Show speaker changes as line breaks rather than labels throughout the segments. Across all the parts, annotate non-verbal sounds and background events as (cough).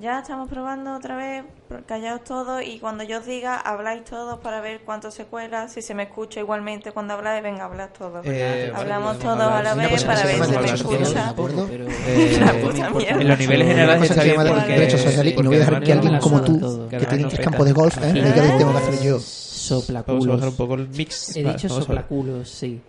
Ya estamos probando otra vez, callaos todos y cuando yo os diga, habláis todos para ver cuánto se cuela, si se me escucha igualmente cuando habláis, venga, hablad todos.
Eh, vale,
Hablamos
podemos
todos
hablar.
a la
pues, Una
vez
cosa
para
que
ver si
se llama
me
hablar todos,
escucha.
¿de acuerdo?
Pero...
pues,
(laughs)
Eh,
La puta mierda.
en los niveles
Una
generales
cosa
está
que se
bien
llama
porque...
derechos
porque
sociales
y no voy a dejar
además
que
no-
alguien como tú,
porque
que
además
tiene
no
tres
peta.
campos de golf, ¿eh?
Aquí
Me diga que tengo que
¿Eh?
hacer yo.
Vamos a
Soplaculos.
bajar un poco el mix.
He
Vale,
dicho
vamos a ver.
soplaculos, sí.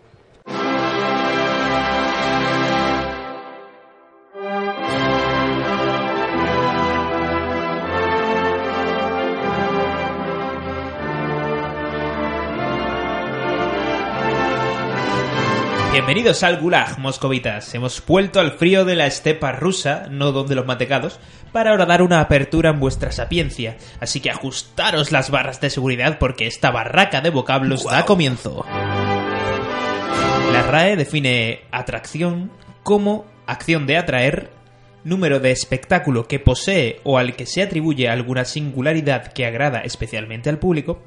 Bienvenidos al Gulag, moscovitas. Hemos vuelto al frío de la estepa rusa, no donde los mantecados, para ahora dar una apertura en vuestra sapiencia. Así que ajustaros las barras de seguridad porque esta barraca de vocablos da comienzo. La RAE define atracción como acción de atraer, número de espectáculo que posee o al que se atribuye alguna singularidad que agrada especialmente al público,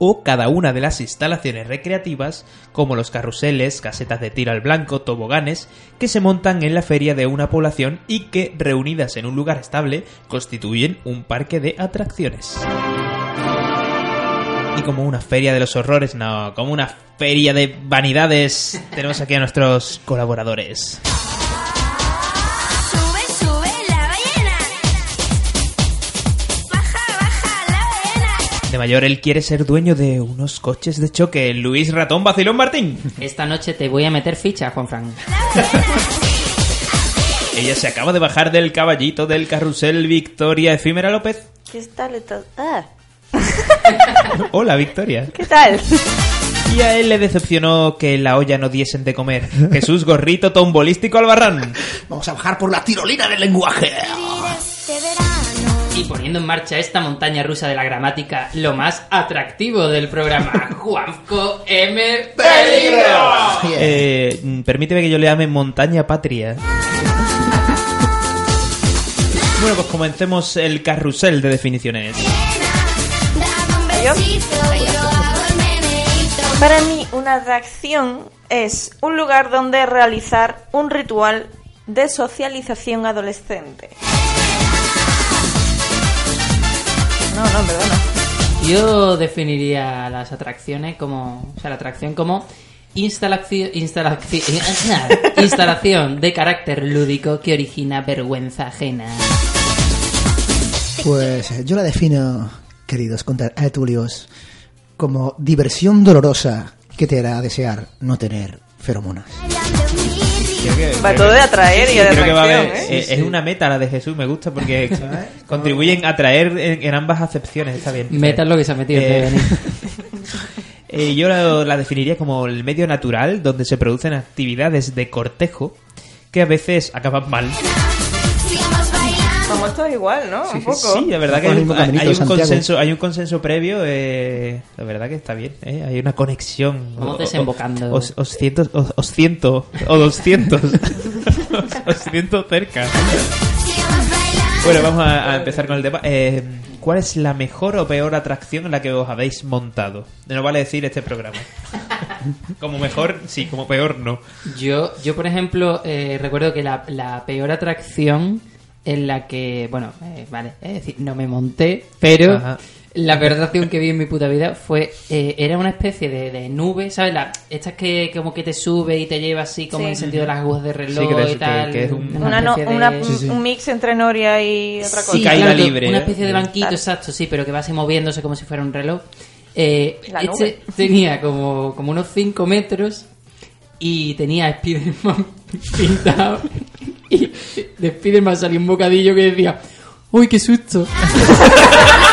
o cada una de las instalaciones recreativas, como los carruseles, casetas de tiro al blanco, toboganes, que se montan en la feria de una población y que, reunidas en un lugar estable, constituyen un parque de atracciones. Y como una feria de los horrores, no, como una feria de vanidades, tenemos aquí a nuestros colaboradores.
Sube, sube la ballena. Baja, baja la ballena.
De mayor, él quiere ser dueño de unos coches de choque. Luis Ratón Bacilón Martín.
Esta noche te voy a meter ficha, Juanfran.
Ella se acaba de bajar del caballito del carrusel Victoria Efímera López.
¿Qué tal? esto? Ah,
Hola, Victoria.
¿Qué tal?
Y a él le decepcionó que en la olla no diesen de comer. (laughs) Jesús Gorrito Tombolístico Albarrán.
Vamos a bajar por la tirolina del lenguaje.
Vivir este verano.
Y poniendo en marcha esta montaña rusa de la gramática, lo más atractivo del programa, (laughs) Juanco M. Peligro.
Eh, mm, permíteme que yo le llame Montaña Patria. Bueno, pues comencemos el carrusel de definiciones.
Dame un besito, yo hago el meneíto.
Para mí, una atracción es un lugar donde realizar un ritual de socialización adolescente. No, no, perdona.
Yo definiría las atracciones como. O sea, la atracción como. Instalación, instalación, (laughs) instalación de carácter lúdico que origina vergüenza ajena.
Pues yo la defino, queridos contertulios, como diversión dolorosa que te hará desear no tener feromonas.
Bailan de un birri.
Va todo de atraer y de
Eh, Creo que va a haber-
atracción, ¿eh?
eh, es una meta la de Jesús, me gusta porque (laughs) contribuyen a traer en, en ambas acepciones, está bien.
Meta es lo que se ha metido.
Eh,
Dani.
(laughs) Eh, yo la, la definiría como el medio natural donde se producen actividades de cortejo que a veces acaban
(laughs)
mal.
Sigamos bailando.
Vamos todos igual, ¿no? Un poco.
Sí, la verdad que
Por el
hay un,
mismo caminito,
hay un
Santiago.
consenso, hay un consenso previo. eh, la verdad que está bien. eh, hay una conexión.
Vamos
O- o-
desembocando.
Os, os cientos- os- os ciento o doscientos. (laughs) os siento cerca. Ah.
Sigamos bailando.
Bueno, vamos a, a empezar con el tema. Eh, ¿Cuál es la mejor o peor atracción en la que os habéis montado? No vale decir este programa. Como mejor, sí, como peor, no.
Yo, yo por ejemplo, eh, recuerdo que la, la peor atracción en la que, bueno, eh, vale, es decir, no me monté, pero
Ajá.
la peor atracción que vi en mi puta vida fue, eh, era una especie de, de nube, ¿sabes? La- estas que como que te sube y te lleva así como
Sí.
en el sentido de las agujas de reloj
Sí, que te-
y tal.
que- que es un-
Una no-
especie de-
una- Un mix entre Noria y otra cosa.
Y caída
que
libre,
Una
¿eh?
especie de banquito, exacto, sí, pero que va así moviéndose como si fuera un reloj. Eh,
La
este
nube.
(laughs) tenía como, como unos 5 metros y tenía a Spiderman (laughs) pintado. Y de Spiderman salía un bocadillo que decía: ¡Uy, qué susto! (laughs)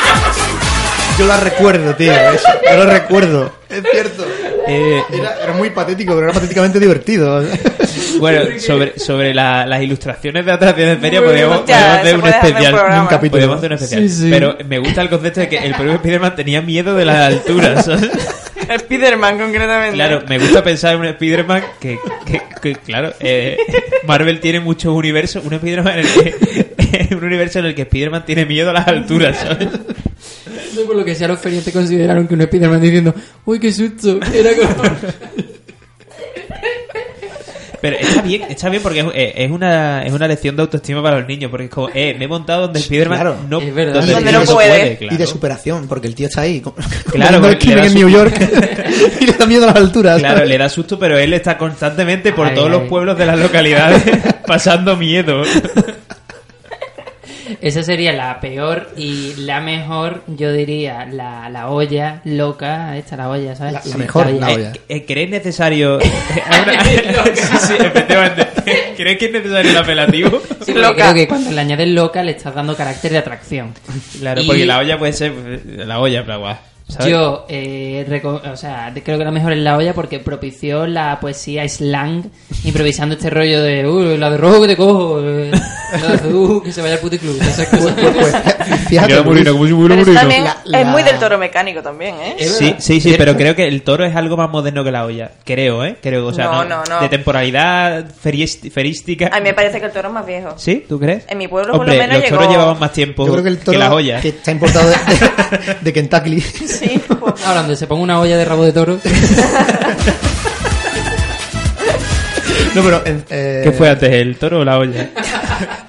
Yo la recuerdo,
(laughs)
tío. Yo la recuerdo.
Es cierto.
Eh,
Era, era muy patético, pero era patéticamente divertido. (laughs)
Bueno,
(laughs)
sobre, sobre la- las ilustraciones de atracciones de feria
Bueno,
podríamos,
hostia,
podríamos hacer
eso
un
puede hacer un
especial.
programa.
un capítulo. Podríamos hacer un especial.
Sí, sí.
Pero me gusta el concepto de que el propio Spiderman tenía miedo de
(laughs)
las alturas. ¿sabes?
Spiderman, concretamente.
Claro, me gusta pensar en un Spiderman que, que- que, claro, eh, Marvel tiene muchos universos. Un Spiderman en el que, un universo en el que Spiderman tiene miedo a las alturas, ¿sabes?
Entonces, por lo que sea, los feriantes consideraron que un
(laughs)
(laughs) Spiderman diciendo: ¡Uy, qué susto! Era como.
Pero está bien, está bien porque es, eh, es una, es una lección de autoestima para los niños. Porque es como, eh, me he montado donde Spiderman
claro.
no,
Es verdad.
donde
Donde
Spiderman
no
¿eh?
puede.
claro.
Y de superación, porque el tío está ahí. (laughs) Como,
Claro,
claro,
porque le da
en
su- (laughs)
New York. (laughs) y le da miedo a las alturas.
Claro, le da susto, pero él está constantemente por
Ay,
todos los
ay.
pueblos de las
(laughs)
localidades pasando miedo.
Esa sería la peor y la mejor, yo diría, la, la olla loca. Esta la olla, ¿sabes?
La- la mejor, la
(laughs)
Eh,
olla.
eh,
(laughs)
¿Crees necesario... eh, ahora- sí, sí, efectivamente. ¿Crees que es necesario el apelativo?
Sí, porque
Loca.
creo que cuando le añades loca le estás dando carácter de atracción.
Claro,
Y-
porque la olla puede ser eh, la olla, pero guau, ¿sabes?
Yo eh, reco- o sea, de- creo que la mejor es la olla porque propició la poesía slang, improvisando este rollo de uh, la de rojo que te cojo, eh, la de azul que se vaya al puticlub, esas
(laughs)
cosas.
Pues,
(laughs)
pues, fíjate,
Mira,
Luis,
Murino, como si fuera
Pero eso
Murino.
también
La-
es
la-
muy del toro mecánico también, ¿eh?
Sí, sí, sí,
(laughs)
pero creo que el toro es algo más moderno que la olla. Creo, ¿eh? Creo, o sea,
No, no, no.
de temporalidad feriest- ferística.
A mí me parece que el toro es más viejo.
¿Sí? ¿Tú crees?
En mi pueblo, por lo
Hombre,
menos,
los toros
llegó-
llevaban más tiempo
yo creo que ¿eh? el toro
las ollas.
que está importado de, de- de Kentucky.
Sí, pues,
Ahora, donde se ponga una olla de rabo de toro,
No, (laughs) pero. en- eh,
¿Qué fue antes, el toro o la olla?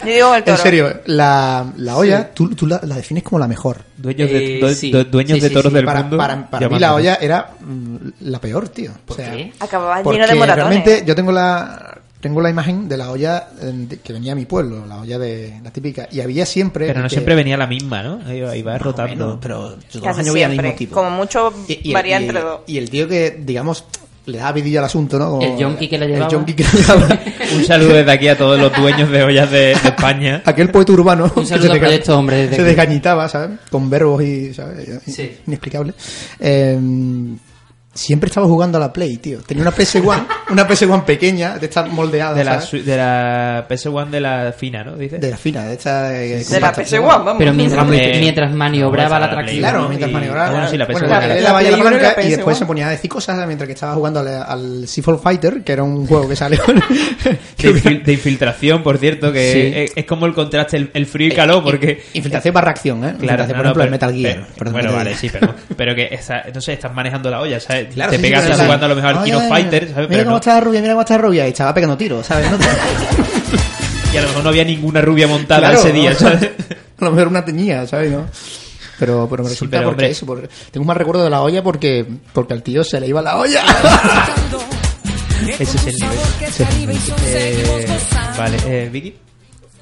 yo digo el toro.
En serio, la, la olla, tú, tú la, la defines como la mejor.
Dueños de,
Eh,
do-
sí.
do- dueños
Sí,
de
sí,
toros
sí.
del
Para,
mundo.
para, para mí
llamándonos.
la olla era mm, la peor, tío. O sea,
qué?
Acababa
Porque
lleno de moratones.
realmente yo tengo la tengo la imagen de la olla eh, de- que venía a mi pueblo, la olla de la típica y había siempre
Pero no
que-
siempre venía la misma, ¿no? Ahí va, ahí va
más o
rotando.
menos, pero todos los
Casi
años había el mismo
siempre.
tipo.
Como mucho
el-
varía
y
entre
el-
dos.
Y el tío que digamos le daba vidilla al asunto, ¿no? Como-
El yonki que la llevaba.
El yonki que la llevaba.
(laughs)
Un saludo desde aquí a
(laughs)
todos los dueños de ollas de, de España.
Aquel poeta urbano (laughs)
Un
que
saludo
se
al
desga-
proyecto, hombre, desde
se
aquí.
desgañitaba, ¿sabes? Con verbos y ¿sabes?
Sí.
inexplicables. Eh, siempre estaba jugando a la Play, tío. Tenía una
(laughs)
PS1, una PS1 pequeña, de estas moldeadas,
De la,
¿sabes?
su- de la PS1 de la fina, ¿no? Dices.
De la fina, de esta eh, de,
De la PS1, Ah, vamos.
pero mientras,
Eh,
mientras maniobraba la
no, esa la
atracción.
Play,
Claro,
¿no?
mientras
Y-
maniobraba.
ah, bueno, sí, la
bueno,
PS1
la,
era
la,
la
Bahía
Play uno y la
Blanca
PS1.
y después se ponía a decir cosas mientras que estaba jugando al, al Seafall Fighter, que era un juego que salió.
(laughs)
(laughs)
De, infil- de infiltración, por cierto, que
Sí.
es, es como el contraste, el, el frío y calor, porque...
Eh, Infiltración barra acción, ¿eh?
Claro,
Infiltración,
no,
por
no,
ejemplo, el
pero-
Metal Gear.
pero-
perdón,
bueno,
Metal
vale,
Gear.
sí, pero, pero que está, entonces estás manejando la olla, ¿sabes?
Claro,
Te
sí, sí,
pegas
pero
a
sí.
jugando a lo mejor al
Ay,
Kino
ay,
Fighter, ¿sabes?
Mira
Pero
cómo
no.
está rubia, mira cómo está rubia. Y estaba pegando tiros, ¿sabes?
(laughs)
No te-
Y a lo mejor no había ninguna rubia montada
Claro,
ese día,
¿no?
¿sabes?
(laughs) A lo mejor una teñía, ¿sabes? No? Pero, pero me
Sí,
resulta
pero,
porque
hombre.
eso, por- tengo un mal recuerdo de la olla porque, porque al tío se le iba la
(laughs)
olla.
Ese es el nivel. Vale, eh, Vicky.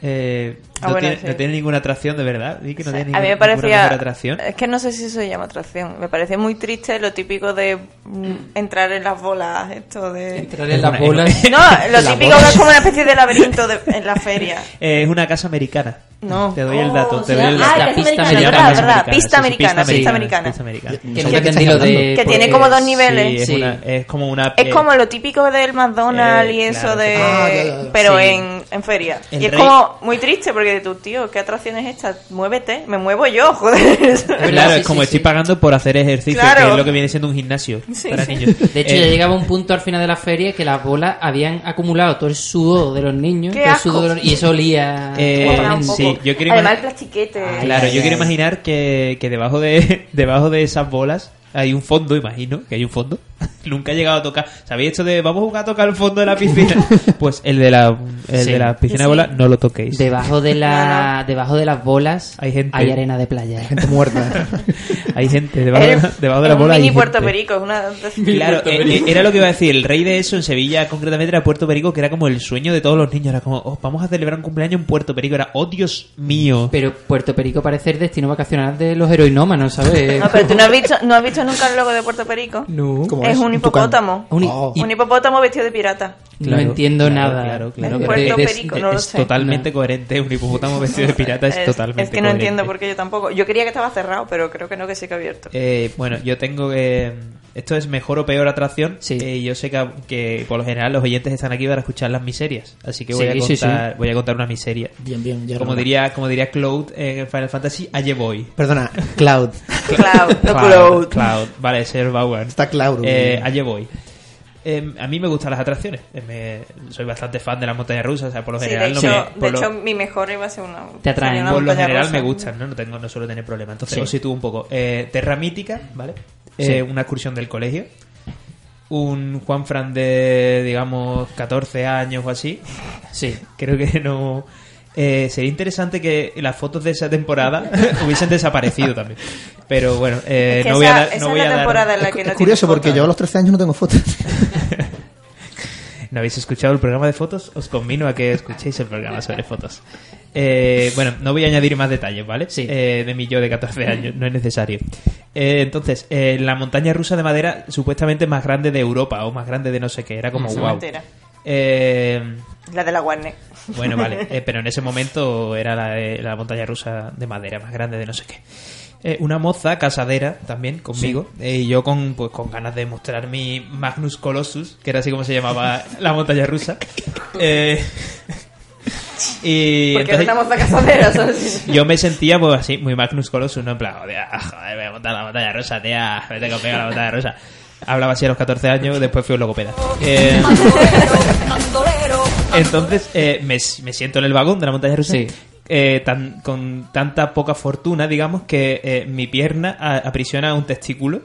Eh,
Ah,
no,
bueno,
tiene,
sí.
no tiene ninguna atracción, de verdad. Vicky no tiene
a
ninguna,
mí me
ninguna
parecía eh,
mejor atracción.
es que no sé si eso se llama atracción me parece muy triste lo típico de mm, entrar en las bolas esto de
Entrar en las bolas.
no lo típico que es como una especie de laberinto de- en la feria
Eh, es una casa americana.
No.
Te doy el dato.
Oh,
te
sí.
doy el
Ah,
dato.
la
casa
pista
americana,
americana,
verdad,
pista
verdad.
sí, sí,
Pista americana, pista americana.
Pista americana.
americana.
Que
No
no
sé de qué
entendí lo
estás
de... pues,
hablando.
Que tiene como dos niveles.
Sí, es,
Sí.
una- es como una. eh,
es como lo típico del McDonald's y
eh,
eso
claro,
de
Ah, ya, ya, ya.
pero
Sí.
en, en feria
El
y es
rey-
como muy triste porque de tu tío qué atracción es esta muévete me muevo yo (laughs) joder
Claro,
Sí,
es
sí,
como
sí.
estoy pagando por hacer ejercicio, que
Claro.
es lo que viene siendo un gimnasio para niños. Eh,
De hecho, ya llegaba un punto al final de la feria que las bolas habían acumulado todo el sudor de los niños.
¡Qué
todo el sudor
asco!
de los- y eso olía.
Eh,
Me da
guapamente.
un poco.
sí, yo quiero
además
imagi- Ah,
el plastiquete
Claro, yo quiero imaginar que, que debajo de (laughs) debajo de esas bolas hay un fondo, imagino, que hay un fondo. (laughs) Nunca he llegado a tocar. ¿Sabéis esto de vamos a jugar a tocar el fondo de la
(laughs)
piscina? Pues el de la el
Sí.
de la piscina de bolas no lo toquéis.
Debajo
(laughs)
de la, debajo de las bolas
Hay gente.
arena de playa.
Gente muerta.
Hay gente debajo, de la-
Es
debajo de la
un
bola. hay
mini Puerto (laughs)
gente.
Perico es una
Claro, eh, eh, era lo que iba a decir. El rey de eso en Sevilla, concretamente, era Puerto Perico, que era como el sueño de todos los niños. Era como, oh, vamos a celebrar un cumpleaños en Puerto Perico. Era, oh, Dios mío.
(laughs) Pero Puerto Perico parece el destino vacacional de los
(laughs)
heroinómanos, ¿sabes?
No, pero tú no has visto, no has visto nunca el logo de Puerto Perico.
No.
¿Cómo
es, un
tucán.
hipopótamo.
Un hi-
Oh.
y-
Un hipopótamo vestido de pirata.
No
Claro,
entiendo
claro,
nada.
Claro, claro.
Es
que
Puerto
es-
Perico,
es-
no lo
es
sé.
totalmente coherente.
(laughs)
Un hipopótamo vestido de pirata es, totalmente
Es que no
coherente.
entiendo por qué yo tampoco. Yo quería que estaba cerrado, pero creo que no, que sí que abierto.
Eh, bueno, yo tengo que. Esto es mejor o peor atracción.
Sí.
Eh, yo sé que, que por lo general los oyentes están aquí para escuchar las miserias. Así que voy,
Sí,
a,
sí,
contar,
sí.
voy a contar una miseria.
Bien, bien, ya
Como
no-
diría, como diría Cloud en Final Fantasy, allí voy.
Perdona, Cloud.
Cloud, no
Cloud,
Cloud.
Cloud. Vale, ser Bauer.
Está Cloud.
Eh, allí voy. Eh, a mí me gustan las atracciones. Eh, me- soy bastante fan de las montañas rusas. O sea, por lo
Sí, de
general no
hecho,
me. por
de
lo-
hecho, mi mejor iba a ser una.
Te atraen.
sería una
por lo
montaña
general
rusa.
me gustan, ¿no? No, tengo, no suelo tener problemas. Entonces,
Sí.
os sitúo un poco. Eh, Terra Mítica, ¿vale? Eh,
Sí.
Una excursión del colegio. un Juan Fran de, digamos, 14 años o así,
Sí.
creo que no... eh, sería interesante que las fotos de esa temporada (laughs) hubiesen desaparecido también. Pero bueno, eh,
Es que
no voy a
esa-
dar...
esa
no
es
voy
la
a dar-
temporada en la
Es,
que
es
no tiene
curioso porque
fotos.
yo a los 13 años no tengo fotos.
¿No habéis escuchado el programa de fotos? Os convino a que escuchéis el programa sobre fotos. Eh, bueno, no voy a añadir más detalles, ¿vale?
Sí.
Eh, de mi yo de 14 años, no es necesario. Eh, entonces, eh, la montaña rusa de madera supuestamente más grande de Europa o más grande de no sé qué, era como
Eso es
wow.
mentira.
Eh,
La de la Warner.
bueno, vale, eh, pero en ese momento era la, de- la montaña rusa de madera más grande de no sé qué. Eh, una moza casadera también conmigo eh, y yo con pues con ganas de mostrar mi Magnus Colossus, que era así como se llamaba la
(laughs)
montaña rusa. Eh, (laughs) y
Porque
entonces-
es una moza casadera,
(laughs)
¿sabes?
yo me sentía pues así, muy Magnus Colossus, ¿no? En plan, "Joder, ah, joder, voy a montar la montaña rusa, tía, me tengo que pegar la montaña rusa. Hablaba así a los 14 años, después fui un logopeda. Eh, entonces eh, me, me siento en el vagón de la montaña rusa.
Sí.
eh, tan- con tanta poca fortuna, digamos, que eh, mi pierna a- aprisiona un
(laughs)
testículo.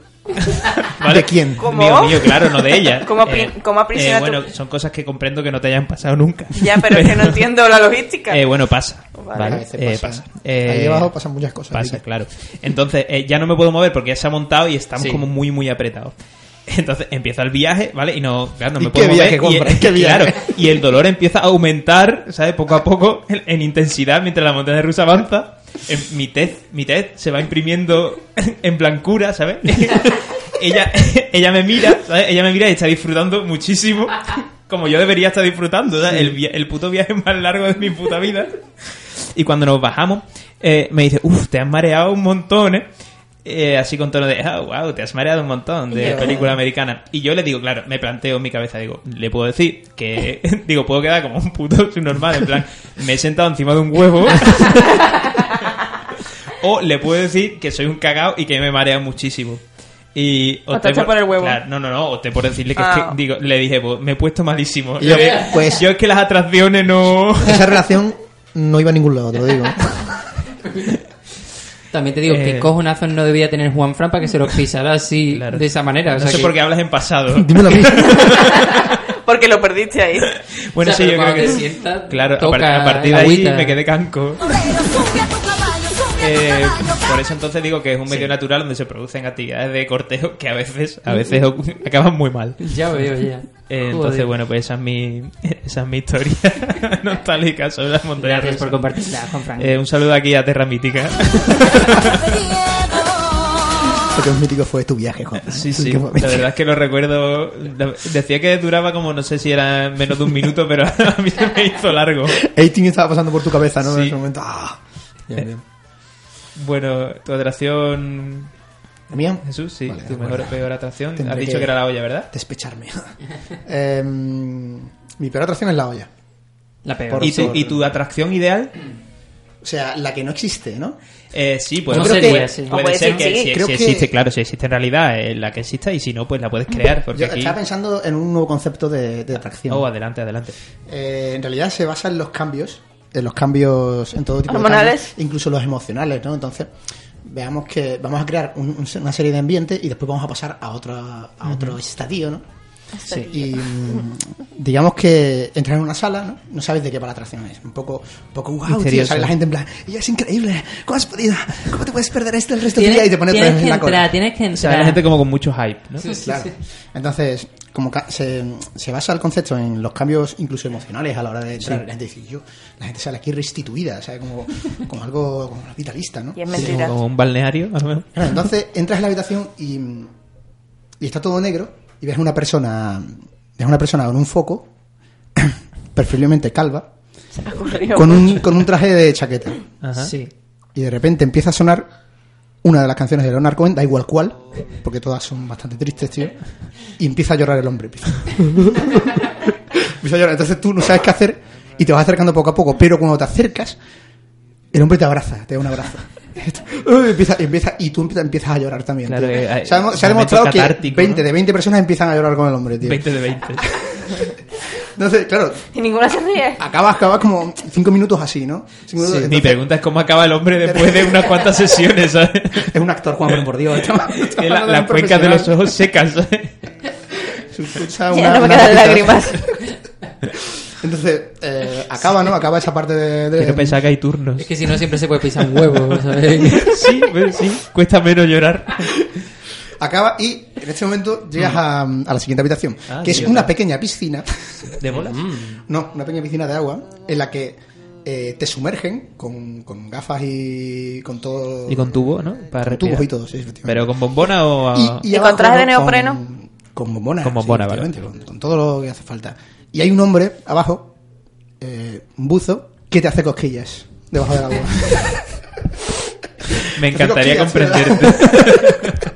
¿De quién?
¿Cómo?
Mío, mío, claro, no de ella.
(laughs)
Eh,
¿Cómo apri- cómo aprisiona tu-
Bueno, son cosas que comprendo que no te hayan pasado nunca.
Ya, pero es que no entiendo la logística.
Eh, bueno, pasa.
Vale.
¿vale?
A veces
Eh,
pasa.
pasa. Eh,
Ahí abajo pasan muchas cosas,
Pasa,
Ricky.
claro. Entonces, eh, ya no me puedo mover porque ya se ha montado y estamos
Sí.
como muy, muy apretados. (laughs) Entonces empieza el viaje, ¿vale? Y no, claro, no
¿Y
me
qué
puedo mover.
viaje,
y,
Juanfran? ¿Qué
claro,
viaje? Ah.
y el dolor empieza a aumentar, ¿sabes? Poco a poco en, en intensidad mientras la montaña rusa avanza. En- mi tez, mi tez se va imprimiendo (laughs) en blancura, ¿sabes? (laughs) ella, (laughs) ella me mira, ¿sabes? Ella me mira y está disfrutando muchísimo. (laughs) Como yo debería estar disfrutando, ¿sabes? El, via- el puto viaje más largo de mi puta vida. Y cuando nos bajamos, eh, me dice, uff, te has mareado un montón, ¿eh? Eh, así con tono de, ah, wow, te has mareado un montón de película americana. Y yo le digo, claro, me planteo en mi cabeza, digo, le puedo decir que, (laughs) digo, puedo quedar como un puto subnormal, en plan, me he sentado encima de un huevo. (laughs) o le puedo decir que soy un cagao y que me marea muchísimo. Y
O te echa por el huevo.
Claro, no, no, no, o te por decirle que,
Ah.
es que- digo, le dije, pues, me he puesto malísimo.
Y yo,
Le-
pues-
yo es que las atracciones no.
Esa relación no iba a ningún lado, te lo
(laughs)
digo.
También te digo
Eh.
que cojonazos no debía tener Juan Fran para que se
(laughs)
los pisara así
Claro.
de esa manera. O
No
sea
sé
que-
por qué hablas en
(laughs)
pasado.
Dímelo a mí.
(laughs)
Porque lo perdiste ahí.
Bueno,
O sea,
sí, yo
pero
creo
cuando
que
te
sí.
sientas,
Claro, a
toca
par- a, partir de ahí
agüita.
me quedé canco.
(laughs)
Eh, por eso entonces digo que es un medio natural donde se producen actividades de cortejo que a veces,
Mm.
a veces ocu- acaban muy mal.
Ya veo, ya.
Eh,
Joder.
entonces, bueno, pues esa es mi, (laughs) esa es mi historia (laughs) nostálgica sobre las montañas
Gracias por
rusas.
compartirla, Juan Fran.
Eh, un saludo aquí a
(laughs)
Terra Mítica.
Lo que es mítico fue tu viaje, Juan.
Sí, sí,
Qué
la
momento.
verdad es que lo recuerdo. la- Decía que duraba como, no sé si era menos de un minuto, pero (laughs) a mí se me hizo largo.
18 estaba pasando por tu cabeza, ¿no?
Sí. Eh,
En ese momento. ¡Ah! Bien, bien.
Bueno, tu atracción
¿La mía?
Jesús, sí,
Vale,
tu
de
mejor,
acuerdo.
peor atracción.
Tendré
Has dicho que...
que-
era la olla, ¿verdad? (laughs)
Despecharme. Em, mi peor atracción es la olla.
la peor.
por-
¿Y tu, y tu atracción ideal?
O sea, la que no existe, ¿no?
Eh, sí, pues
No
puede,
sería,
puede-
sí.
puede
O puede
ser
ser,
que
sí.
si,
Creo
si
que-
existe, claro, si existe en realidad eh, la que exista y si no, pues la puedes crear. Porque
Yo
aquí...
estaba pensando en un nuevo concepto de, de atracción.
Oh, adelante, adelante.
Eh, en realidad se basa en los cambios, en los cambios, en todo tipo de
Hormonales.
cambios, incluso los emocionales, ¿no? Entonces, veamos que vamos a crear un- un- una serie de ambientes y después vamos a pasar a otro, a otro estadio, ¿no? Y mm, digamos que entras en una sala, ¿no? No sabes de qué va la atracción es. Un poco, un poco wow, tío,
Misterioso.
sale la gente en plan, ella es increíble, ¿cómo has podido? ¿Cómo te puedes perder esto el resto del día?
Tienes,
Y te pones otra
tienes
vez
que
en la cola.
entrar, tienes que
O
entrar.
sea, la gente como con mucho hype, ¿no?
Sí, sí,
Claro.
sí.
Entonces, como ca- se, se basa el concepto en los cambios incluso emocionales a la hora de entrar, la gente dice, yo, la gente sale aquí restituida, ¿sabes? Como, como algo como vitalista, ¿no?
Y es
Sí.
mentira.
Como un balneario, más o menos.
Claro, entonces entras en la habitación y, y está todo negro y ves una persona, ves una persona con un foco, (clears throat) preferiblemente calva,
Se me ha ocurrido.
con un, con un traje de chaqueta.
Ajá.
Sí.
Y de repente empieza a sonar una de las canciones de Leonard Cohen, da igual cuál, porque todas son bastante tristes, tío. Y empieza a llorar el hombre. Empieza, (laughs) Empieza a llorar. Entonces tú no sabes qué hacer y te vas acercando poco a poco, pero cuando te acercas, el hombre te abraza, te da un abrazo. (laughs) Uy, empieza, empieza, y tú empieza- empiezas a llorar también.
Claro,
tío.
eh, hay-
se ha, demo- se ha
momento
demostrado que
catártico,
20
¿no?
de 20 personas empiezan a llorar con el hombre, tío.
20
(laughs)
de 20.
Entonces, claro,
Y ninguna se
(laughs)
ríe.
acabas, acabas como 5 minutos así, ¿no? Cinco minutos,
Mi
entonces-
pregunta es cómo acaba el hombre después de unas cuantas sesiones, (laughs) ¿sabes? (laughs)
es un actor, Juan, por Dios. estamos- estamos
Tiene la,
hablando
la
un
cuenca de
profesional.
los ojos secas, ¿sabes?
Sí, se escucha
(laughs)
una.
Ya no me
una
quedan
gotita.
lágrimas.
(laughs) Entonces, eh, acaba, ¿no? Acaba esa parte de. de-
Quiero pensar que hay turnos.
Es que si no, siempre se puede pisar
(laughs)
un huevo, ¿sabes? (laughs)
(laughs) Sí, pero sí, cuesta menos llorar.
Acaba y en este momento llegas a, a la siguiente habitación,
Mm. Ah,
que es
sí, Mm.
una
otra.
pequeña piscina.
¿De bolas?
No, una pequeña piscina de agua en la que eh, te sumergen con, con gafas y con todo.
Y con tubo, ¿no? Para
con tubos
respirar.
y todo, sí, efectivamente.
¿Pero con bombona o a-
¿Y con
abajo
traje de
con-
neopreno?
Con bombona.
Con bombona,
sí,
vale.
efectivamente, Con, con todo lo que hace falta. Y hay un hombre abajo, eh, un buzo, que te hace cosquillas debajo del agua.
(laughs) Me encantaría
Te hace cosquillas,
comprenderte.
(laughs)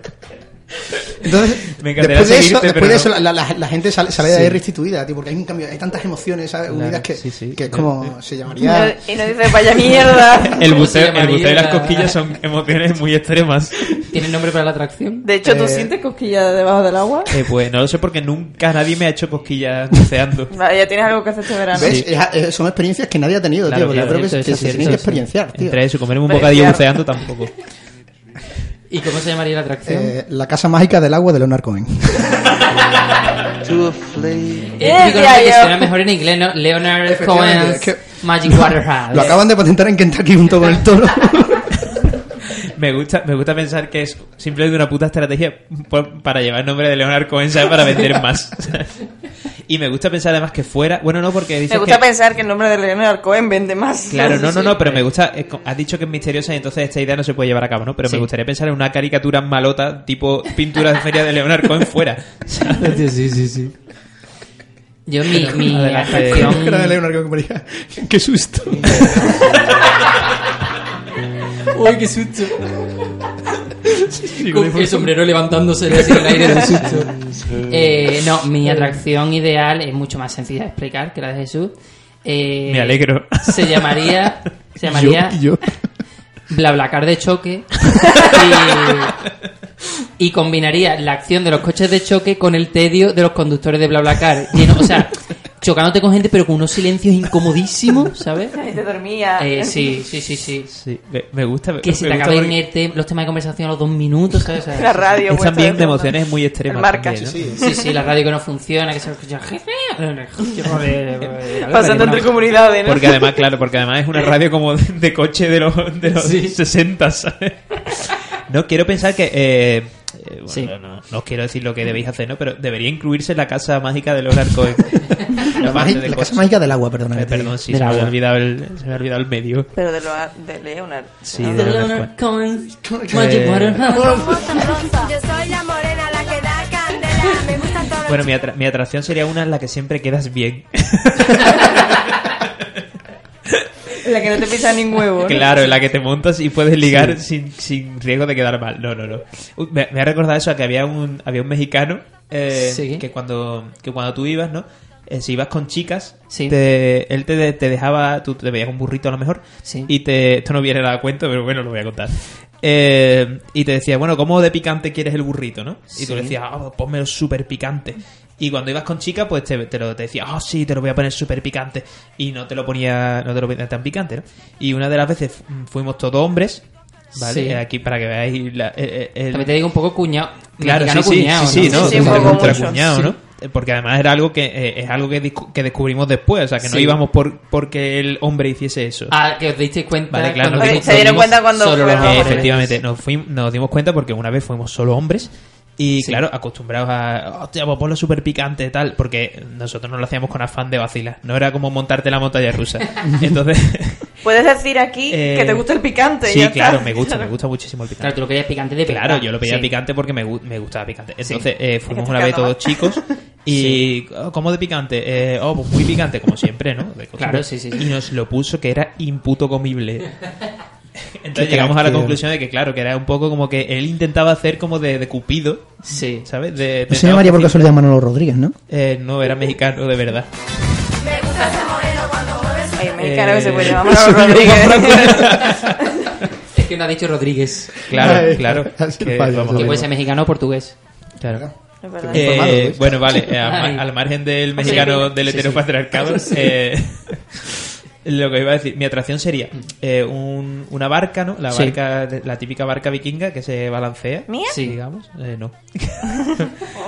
Entonces,
Me encantaría
después de eso,
seguirte,
después de
pero
eso
no.
la, la- la gente sale, sale de
Sí.
ahí restituida, tío, porque hay un cambio, hay tantas emociones ¿sabes?
Claro,
unidas que,
sí, sí.
que es como se
Y no,
llamaría.
y no dice, vaya mierda.
El
¿Cómo se
buceo, el
llamaría?
buceo y las cosquillas son emociones muy (laughs) extremas.
¿Tiene nombre para la atracción?
De hecho, ¿tú
Eh,
sientes cosquillas debajo del agua?
Eh, pues no lo sé porque nunca nadie me ha hecho (laughs) cosquillas buceando.
Vale, ya tienes algo que hacer este verano.
¿Ves? Es- es- son experiencias que nadie ha tenido,
Claro,
tío, porque
claro,
yo creo que,
eso,
que
eso,
se
eso,
tienen que
eso.
experienciar, tío.
Entre eso y comerme un
Hombre,
bocadillo
claro.
buceando tampoco.
¿Y cómo se llamaría la atracción?
Eh, la casa mágica del agua de Leonard Cohen.
Eh,
Bien,
digo,
ya,
no, que
ya.
suena mejor en inglés, ¿no? Leonard
Efectivamente,
Cohen's
es que-
Magic Waterhouse.
Lo acaban de patentar en Kentucky junto con el
(laughs)
toro.
Me gusta, me gusta pensar que es simplemente una puta estrategia por- para llevar el nombre de Leonard Cohen ¿sabes? para vender más. (laughs) y me gusta pensar además que fuera. Bueno, no, porque dices
Me gusta
que-
pensar que el nombre de Leonard Cohen vende más. (laughs)
Claro, no,
Sí,
no,
sí.
no, pero me gusta. eh, co- Has dicho que es misteriosa y entonces esta idea no se puede llevar a cabo, ¿no? Pero
Sí.
me gustaría pensar en una caricatura malota, tipo pintura de feria de Leonard Cohen fuera.
Sí, sí, sí, sí. Yo mi, mi
Adelante.
atracción...
Era de Leonard Cohen, como diría, (laughs) Qué susto.
(laughs) Uy, qué susto. Con el sombrero levantándose así en el aire del susto. Eh, no, mi atracción ideal es mucho más sencilla de explicar que la de Jesús. Eh,
Me alegro.
Se llamaría... Se llamaría...
(laughs) Yo, yo.
BlaBlaCar de choque y, y combinaría la acción de los coches de choque con el tedio de los conductores de BlaBlaCar. Lleno- o sea, chocándote con gente pero con unos silencios incomodísimos, ¿sabes?
Y te dormía.
Eh, sí, sí, sí, sí.
(laughs) Sí, me, me gusta.
Que se
me
te
gusta
acaben
porque
el te- los temas de conversación a los dos minutos, ¿sabes? O sea,
(laughs) La radio. pues,
Es
puesta
también de
fondo.
emociones muy extremas.
El marca,
también, ¿no?
Sí, sí, la radio que no funciona, que se escucha...
Pasando entre comunidades, ¿no?
Porque además, claro, porque además es una radio como de, de coche de los, de los
Sí.
60, ¿sabes? No, quiero pensar que... eh, eh, bueno,
Sí.
no, no os quiero decir lo que debéis hacer, ¿no? Pero debería incluirse la casa mágica de Leonard Cohen.
La,
parte
magi-
de
la
coche.
casa mágica del agua, perdona.
Eh,
que te
perdón,
diga.
sí,
Del
se me, había
agua.
olvidado el, se me ha olvidado el medio.
(laughs) Pero de, lo- de Leonard.
Sí,
¿no?
de
Leonard Cohen, Magic Waterhouse.
Yo soy la morena, la que da candela. Me gustan todos
Bueno, mi, atra- mi atracción sería una en la que siempre quedas bien.
La que no te pisa ningún huevo. ¿no?
Claro, en la que te montas y puedes ligar sin, sin riesgo de quedar mal. No, no, no. Uh, Me, me ha recordado eso, a que había un, había un mexicano eh,
Sí.
que, cuando, que cuando tú ibas, ¿no? Eh, si ibas con chicas,
Sí.
te- él te, de- te dejaba, tú te veías un burrito a lo mejor,
Sí.
y te, esto no viene a cuento, pero bueno, lo voy a contar. Eh, y te decía, bueno, ¿cómo de picante quieres el burrito, no? Y tú
Sí.
le decías, ah, ponmelo súper picante. Y cuando ibas con chicas, pues te, te lo te decía, ah, sí, te lo voy a poner súper picante. Y no te lo ponía, no te lo ponía tan picante, ¿no? Y una de las veces fu- fuimos todos hombres, ¿vale?
Sí.
Eh, Aquí para que veáis la- eh, eh, el-
También te digo un poco cuñado.
Claro, sí,
mexicano
sí,
cuñado,
sí, sí,
¿no?
¿no?
Sí, sí, un poco
Ultra
mucho.
cuñado,
Sí.
¿no? Eh, Porque además era algo que eh, es algo que, discu- que descubrimos después, o sea, que no
Sí.
íbamos por porque el hombre hiciese eso.
Ah, que os disteis cuenta.
Vale, claro,
cuando
nos
fuimos
dimos- Se
dieron cuenta cuando
solo los
fueron
Eh,
Vamos,
hombres.
efectivamente, nos, fuim- nos dimos cuenta porque una vez fuimos solo hombres y
Sí.
claro, acostumbrados a, hostia, pues ponlo súper picante tal, porque nosotros no lo hacíamos con afán de vacilar, no era como montarte la
(laughs)
montaña rusa. Entonces,
Puedes decir aquí
eh,
que te gusta el picante. y
Sí,
ya está.
claro, me
(laughs)
gusta, me gusta muchísimo el
Claro,
picante.
tú lo querías picante de
Claro,
verdad.
yo lo pedía
Ah, Sí.
picante porque me, gu- me gustaba picante. Entonces
Sí.
eh,
Es
fuimos
que
una vez
picando
(laughs)
todos chicos y oh, ¿cómo de picante? Eh, oh, pues muy picante, como siempre, ¿no? De costumbre.
Claro, sí, sí, sí.
Y nos lo puso que era
(laughs)
imputo comible. Entonces
Qué
llegamos a la
carácter.
conclusión de que, claro, que era un poco como que él intentaba hacer como de, de cupido,
Sí.
¿sabes? De,
No
de-
se llamaría por casualidad Manolo Rodríguez, ¿no?
Eh, no, era mexicano, de verdad.
Ay, mexicano
Eh,
que se puede llamar
(laughs)
Manolo (laughs) Rodríguez.
Es que no ha dicho Rodríguez.
Claro,
Ay,
(laughs)
claro.
así
Que,
falla,
vamos,
sí.
Que puede
bueno,
ser mexicano o portugués.
claro.
Es verdad.
Eh,
Informado, Luis.
bueno, vale, eh, a ma-
Ay. (laughs)
al margen del mexicano del heteropatriarcado, eh, (laughs) Lo que iba a decir, mi atracción sería eh, un- una barca, ¿no? La
Sí.
barca, la típica barca vikinga que se balancea.
¿Mía?
Sí.
Digamos, Eh, no.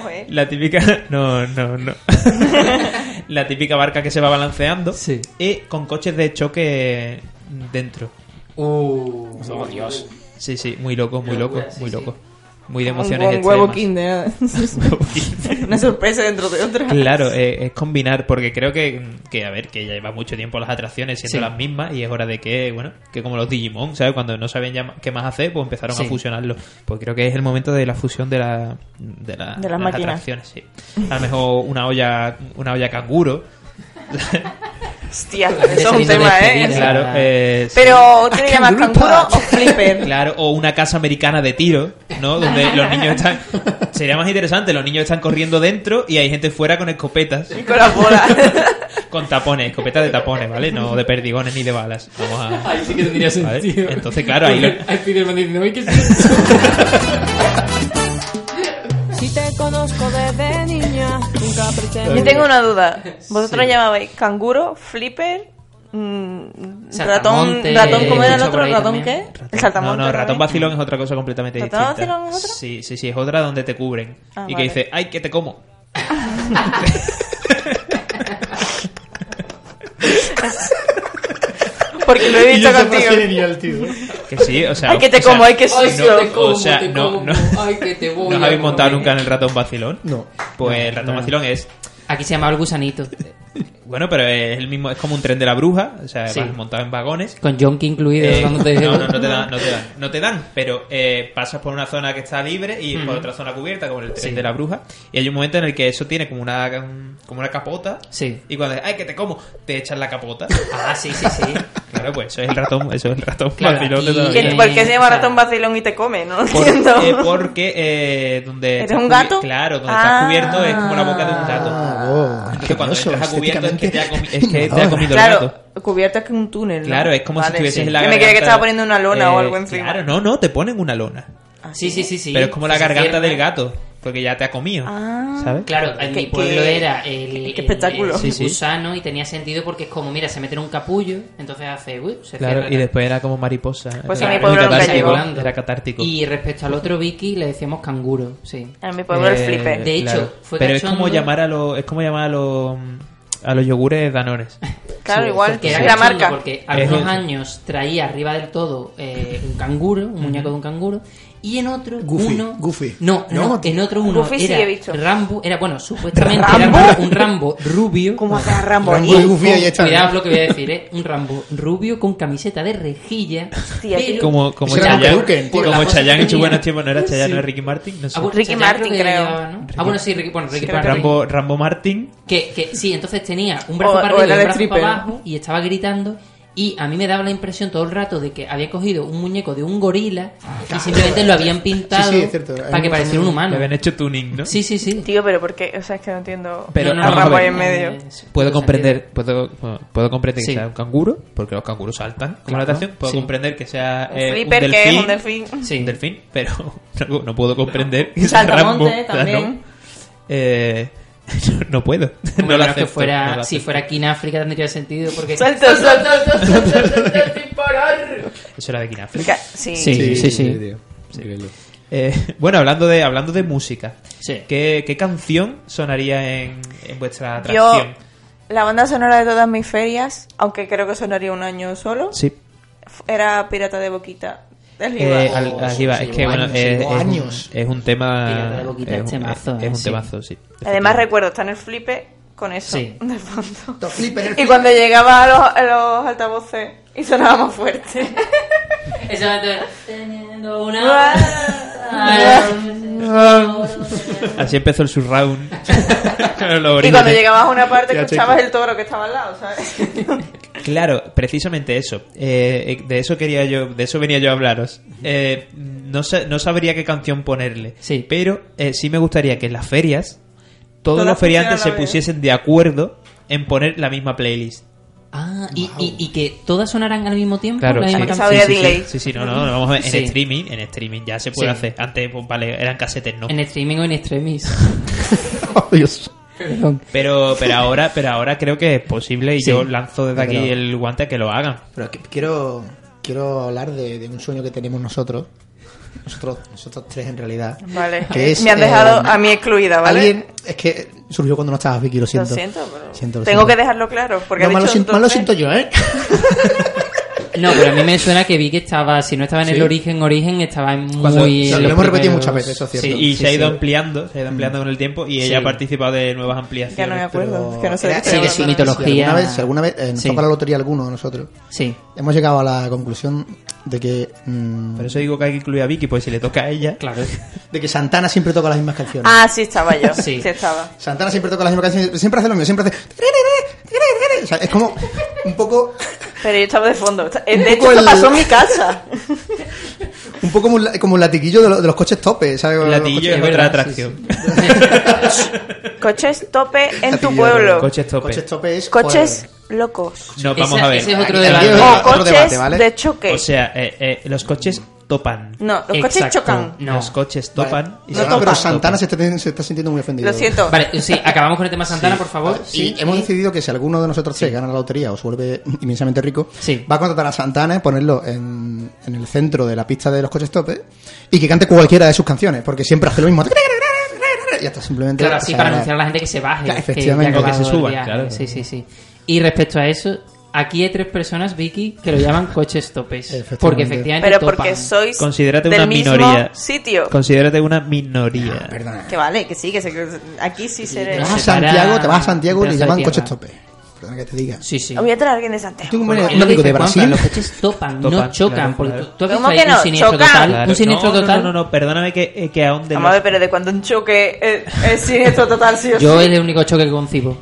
Joder.
La típica. (laughs) No, no,
(laughs)
no. la típica barca que se va balanceando.
Sí.
Y con coches de choque dentro.
Uh,
Oh,
Dios.
Sí, sí, muy loco, muy loco,
Locura, sí,
muy
sí.
loco. Muy de
Un-
emociones
un huevo
extremas.
kinder. ¿eh?
(laughs)
Una sorpresa dentro de otra.
Claro, eh, es combinar, porque creo que, que, a ver, que ya lleva mucho tiempo las atracciones siendo
Sí.
las mismas y es hora de que, bueno, que como los Digimon, ¿sabes? Cuando no sabían ya ma- qué más hacer, pues empezaron
Sí.
a fusionarlo. Pues creo que es el momento de la fusión de, la, de, la-
las
de las
máquinas.
atracciones, sí. A lo mejor una olla, una olla canguro,
Hostia,
Ese
eso es un
mismo
tema,
despedida.
¿eh?
claro. eh, sí.
Pero, ¿tú le llamas
Kangaroo
canguro
Patch.
o flipper?
Claro, o una casa americana de tiro, ¿no? Donde los niños están... Sería más interesante, los niños están corriendo dentro y hay gente fuera con escopetas.
Y con la bola.
(laughs) Con tapones, escopetas de tapones, ¿vale? No de perdigones ni de balas. Vamos a...
Ahí sí que tendría
¿Vale?
sentido.
Entonces, claro, ahí lo-
Hay Spiderman diciendo,
(laughs)
"Uy, ¿qué es eso?".
Si te conozco desde niña, nunca pretendí.
Yo tengo una duda. ¿Vosotros
Sí.
llamabais canguro, flipper, mm, ratón,
Saltamonte,
ratón, ¿cómo era el
mucho por
otro?
ahí
¿Ratón
también.
qué? El
No,
saltamonte.
no, ratón
también.
vacilón es otra cosa completamente
¿Ratón
distinta.
vacilón es otra?
Sí, sí, sí, es otra donde te cubren.
Ah,
y que
vale.
dice, ¡ay, que te como!
Porque
(laughs)
lo he
Y yo
visto
siempre
contigo.
así de niño, el tío.
Que sí, o sea...
Ay, que te
o sea,
como, ay, que sí.
Ay, que
no,
te como,
o sea,
te
no,
como.
no.
Ay, que te voy
¿No os
a
habéis montado
comer.
nunca en el ratón vacilón?
No.
Pues el ratón vacilón es...
Aquí se llamaba el
(laughs)
gusanito.
Bueno, pero es el mismo, es como un tren de la bruja, o sea,
Sí.
vas montado en vagones.
Con Jonky incluido.
Eh,
dándote-
no, no, no te dan, no te dan, no te dan, pero eh, pasas por una zona que está libre y por otra zona cubierta, como el tren
Sí.
de la bruja, y hay un momento en el que eso tiene como una como una capota,
Sí.
y cuando dices, ay, que te como, te echan la capota.
Ah, sí, sí, sí.
claro, pues eso es el ratón, eso es el ratón
Claro,
vacilón de
aquí-
toda la
¿Y
vida.
el- ¿Por qué se llama
O sea,
ratón vacilón y te come? No lo
Por-
entiendo.
eh,
(laughs)
porque eh, donde
¿Eres
estás
un
cubi-
gato?
claro donde
Ah.
estás cubierto es como la boca de un gato
Ah, oh,
entonces cuando
ingenioso,
entras a cubierto es que te ha, comi- es que te ha
innovador.
comido el gato
Claro, cubierta que un túnel. ¿no?
Claro, es como si
Vale,
estuvieses
sí.
en la
Que me creía que estaba poniendo una lona o algo
encima.
encima. Ah,
Claro, no, no, te ponen una lona.
Sí, sí, sí, sí.
pero es como la
Se
garganta
cierra.
del gato, porque ya te ha comido.
Ah.
¿Sabes?
Claro, en
Qué-
mi pueblo
qué-
era el,
qué
el-
espectáculo.
el
Sí, sí.
gusano y tenía sentido porque es como, mira, se mete en un capullo, entonces hace, uy, se
Claro,
cierra.
y después era como mariposa.
Pues
era
a mi
muy
pueblo nunca
catártico,
llegó.
volando.
Era catártico.
Y respecto al otro Vicky le decíamos canguro, sí.
Ah, En mi pueblo el
Eh,
flipper.
de hecho, fue
Pero es
cachondo.
como llamar a los, es como llamar a los, a los
(laughs)
yogures danones.
claro,
Sí,
igual.
porque
Que
era
la
cachondo,
marca.
Porque algunos
Eso.
años traía arriba del todo eh, un canguro, un muñeco de un canguro, y en otro
Goofy,
uno...
Goofy.
No, no,
No.
en otro uno
Goofy sí
era
he visto.
Rambo, era, bueno, supuestamente
¿Rambo?
era un Rambo rubio.
Como agarramos.
Rambo y Goofy ahí están.
Cuidado Oh, lo que voy a decir, ¿eh? Un Rambo rubio con camiseta de rejilla.
Hostia,
pero-
Como, como
Ese era
Chayanne,
Duke Nukem, tío.
Por la
como
cosa
Chayanne
que
en sus
tenía.
buenos tiempos, no era Chayanne,
Sí.
no era Ricky Martin, no sé.
Ah, bueno,
Ricky
Chayanne
Martin,
que
creo.
llevaba, ¿no? Ah, bueno, sí, Ricky, bueno, Ricky Martin. Ah,
Rambo, Rambo Martin,
Que, que sí, entonces tenía un brazo
O-
para
o
arriba y
era
un
de
brazo
stripper.
para abajo y estaba gritando. Y a mí me daba la impresión todo el rato de que había cogido un muñeco de un gorila y simplemente lo habían pintado
Sí, sí, es cierto.
para que pareciera un
le
humano.
habían hecho tuning, ¿no?
Sí, sí, sí.
Tío, pero ¿por qué? O sea, es que no entiendo.
Pero
a
vamos a
Rambo
ver.
ahí en medio.
Eh, sí,
Puedo
tiene
comprender, puedo, bueno, puedo comprender que
Sí.
sea un canguro, porque los canguros saltan como
Claro,
la natación. Puedo
sí.
comprender que sea
Un
eh,
flipper
un
que
delfín,
es un delfín. (laughs)
Sí.
un delfín, pero (laughs) no, no puedo comprender que sea
Saltamonte
Rambo. o sea, no.
también.
Eh, (laughs) no puedo.
Hombre,
no lo
claro que
acepto,
fuera,
no lo
si
acepto.
fuera aquí en África tendría sentido porque...
Suelto,
(laughs)
suelto, suelto, suelto, suelto.
Eso era de Guinea.
Sí.
Sí.
tío. Increíble.
Eh, bueno, hablando de, hablando de música,
Sí.
¿qué, qué canción sonaría en, en vuestra
Yo,
atracción?
la banda sonora de todas mis ferias, aunque creo que sonaría un año solo,
Sí.
f- era Pirata de Boquita. del
Eh,
Bilbao.
al-
Oh,
arriba,
sí,
es que
llevo
bueno, eh,
años,
es,
llevo
es un-
años.
es un tema.
Pirata de Boquita,
es un,
temazo,
es
¿eh?
un
Sí.
temazo, sí.
Además recuerdo estar en el flipe con eso
Sí.
(laughs) de fondo.
Los flippers, el
Y
flipper.
cuando llegaba a los, a los altavoces y sonaba más fuerte.
Exactamente. Teniendo una...
Ah.
Así empezó
(laughs)
el surround. (laughs)
y cuando llegabas a una parte escuchabas
chico.
el toro que estaba al lado, ¿sabes?
Claro, precisamente eso. Eh, eh, de eso quería yo, de eso venía yo a hablaros. Eh, no, sa- no sabría qué canción ponerle.
Sí.
Pero eh, sí me gustaría que en las ferias todos
Todas
los feriantes
pusieran
se
a la vez.
pusiesen de acuerdo en poner la misma playlist.
Ah, y, y, y que todas sonaran al mismo tiempo. la
sí.
misma
que
canción.
sabría
sí, sí,
delay.
Sí, sí, no, no, no, vamos a ver. En
Sí.
streaming, en streaming ya se puede
Sí.
hacer. Antes, pues, vale, eran casetes, ¿no?
En streaming o en extremis.
Oh, (laughs) Dios.
(laughs) Perdón.
Pero, pero ahora, pero ahora creo que es posible y
Sí.
yo lanzo desde aquí
Pero-
el guante a que lo hagan.
Pero que- quiero, quiero hablar de, de un sueño que tenemos nosotros. Nosotros, nosotros tres en realidad.
Vale.
Que es,
Me han dejado
eh,
a mí excluida, ¿vale?
Alguien, es que surgió cuando no estabas, Vicky, lo
Lo
siento.
siento, pero
Siento, lo
tengo
siento.
que dejarlo claro. Porque
No,
ha
más lo
dicho
siento- más lo
entonces-
siento yo, ¿eh? (laughs)
No, pero a mí me suena que vi que estaba, si no estaba en el
Sí.
origen, origen, estaba en muy...
Cuando-
en
sí,
los
lo hemos repetido
primeros-
muchas veces, eso es cierto.
Sí, y
Sí,
se ha ido
sí. Mm.
ampliando, se ha ido ampliando con el tiempo y ella
Sí.
ha participado de nuevas ampliaciones.
Ya no me acuerdo. es que no sé de
Era-
qué
Sí,
estoy
que sí,
hablando.
mitología.
Si alguna vez, si alguna vez eh, nos
Sí.
toca la lotería alguno de nosotros,
Sí.
hemos llegado a la conclusión de que, mm,
Por eso digo que hay que incluir a Vicky, pues si le toca a ella.
Claro.
de que Santana siempre toca las mismas canciones.
Ah, sí estaba yo.
Sí.
Sí, estaba.
Santana siempre toca las mismas canciones, siempre hace lo mismo, siempre hace... O sea, es como un poco,
Pero yo estaba de fondo. Eh,
Un
De hecho,
poco
esto
el-
pasó en mi casa.
un poco como, un la- como un latiquillo de, lo- de los coches tope, ¿sabes?
El
Los
latillo
coches-
es
es
otra
verdad,
atracción.
Coches tope en tu
Latillo,
pueblo.
Coches tope.
Coches tope es... pues,
Coches
joder.
locos.
No,
Ese-
vamos a ver.
ese es otro
Aquí-
Eh,
debate.
aquí-
O
otro
coches
debate, ¿vale?
de choque.
O sea, eh, eh, los coches topan.
no, los coches
Exacto.
chocan.
No.
Los coches topan. y
No,
se-
no, pero
topan.
Santana se está, se está sintiendo muy ofendido.
Lo siento.
(laughs) Vale, sí, acabamos con el tema Santana, por favor.
Sí,
Y-
hemos
y-
decidido que si alguno de nosotros tres gana la lotería o se vuelve inmensamente rico,
Sí.
va a contratar a Santana y ponerlo en, en el centro de la pista de los coches tope y que cante cualquiera de sus canciones, porque siempre hace lo mismo. Y hasta simplemente.
Claro,
o
así
sea,
para anunciar a la gente que se baje.
Claro,
que
efectivamente.
ya ha
O que se
acabado el
suban,
viaje.
claro.
Sí, sí, sí. Y respecto a eso, aquí hay tres personas, Vicky, que lo
(laughs)
llaman coches topes.
Efectivamente.
Porque efectivamente
Pero
topan.
porque sois
Considérate
del
una
mismo
minoría.
sitio. Ah,
Considérate una minoría.
Perdona.
Que vale, que sí, que, se, que aquí sí
Te
seré.
vas a
separa-
Santiago, te vas a Santiago y
Pedazo
le
de
llaman
tierra.
coches tope. Perdona que te diga.
Sí, sí.
Os Voy a traer a alguien de Santiago.
Tú, un,
Bueno, es
un
lo
amigo de
que dice Juanma,
Brasil.
los coches topan,
Topan,
no chocan.
claro,
porque
claro.
tú- tú has visto
¿Cómo
ahí
que
un
no?
siniestro
Chocan.
total.
Claro.
Un siniestro
No, no,
total.
No, no, no, perdóname que, eh, que aún de
Vamos a
los-
ver, pero de cuando un choque eh, es siniestro total, sí o sí.
Yo es el único choque que concibo.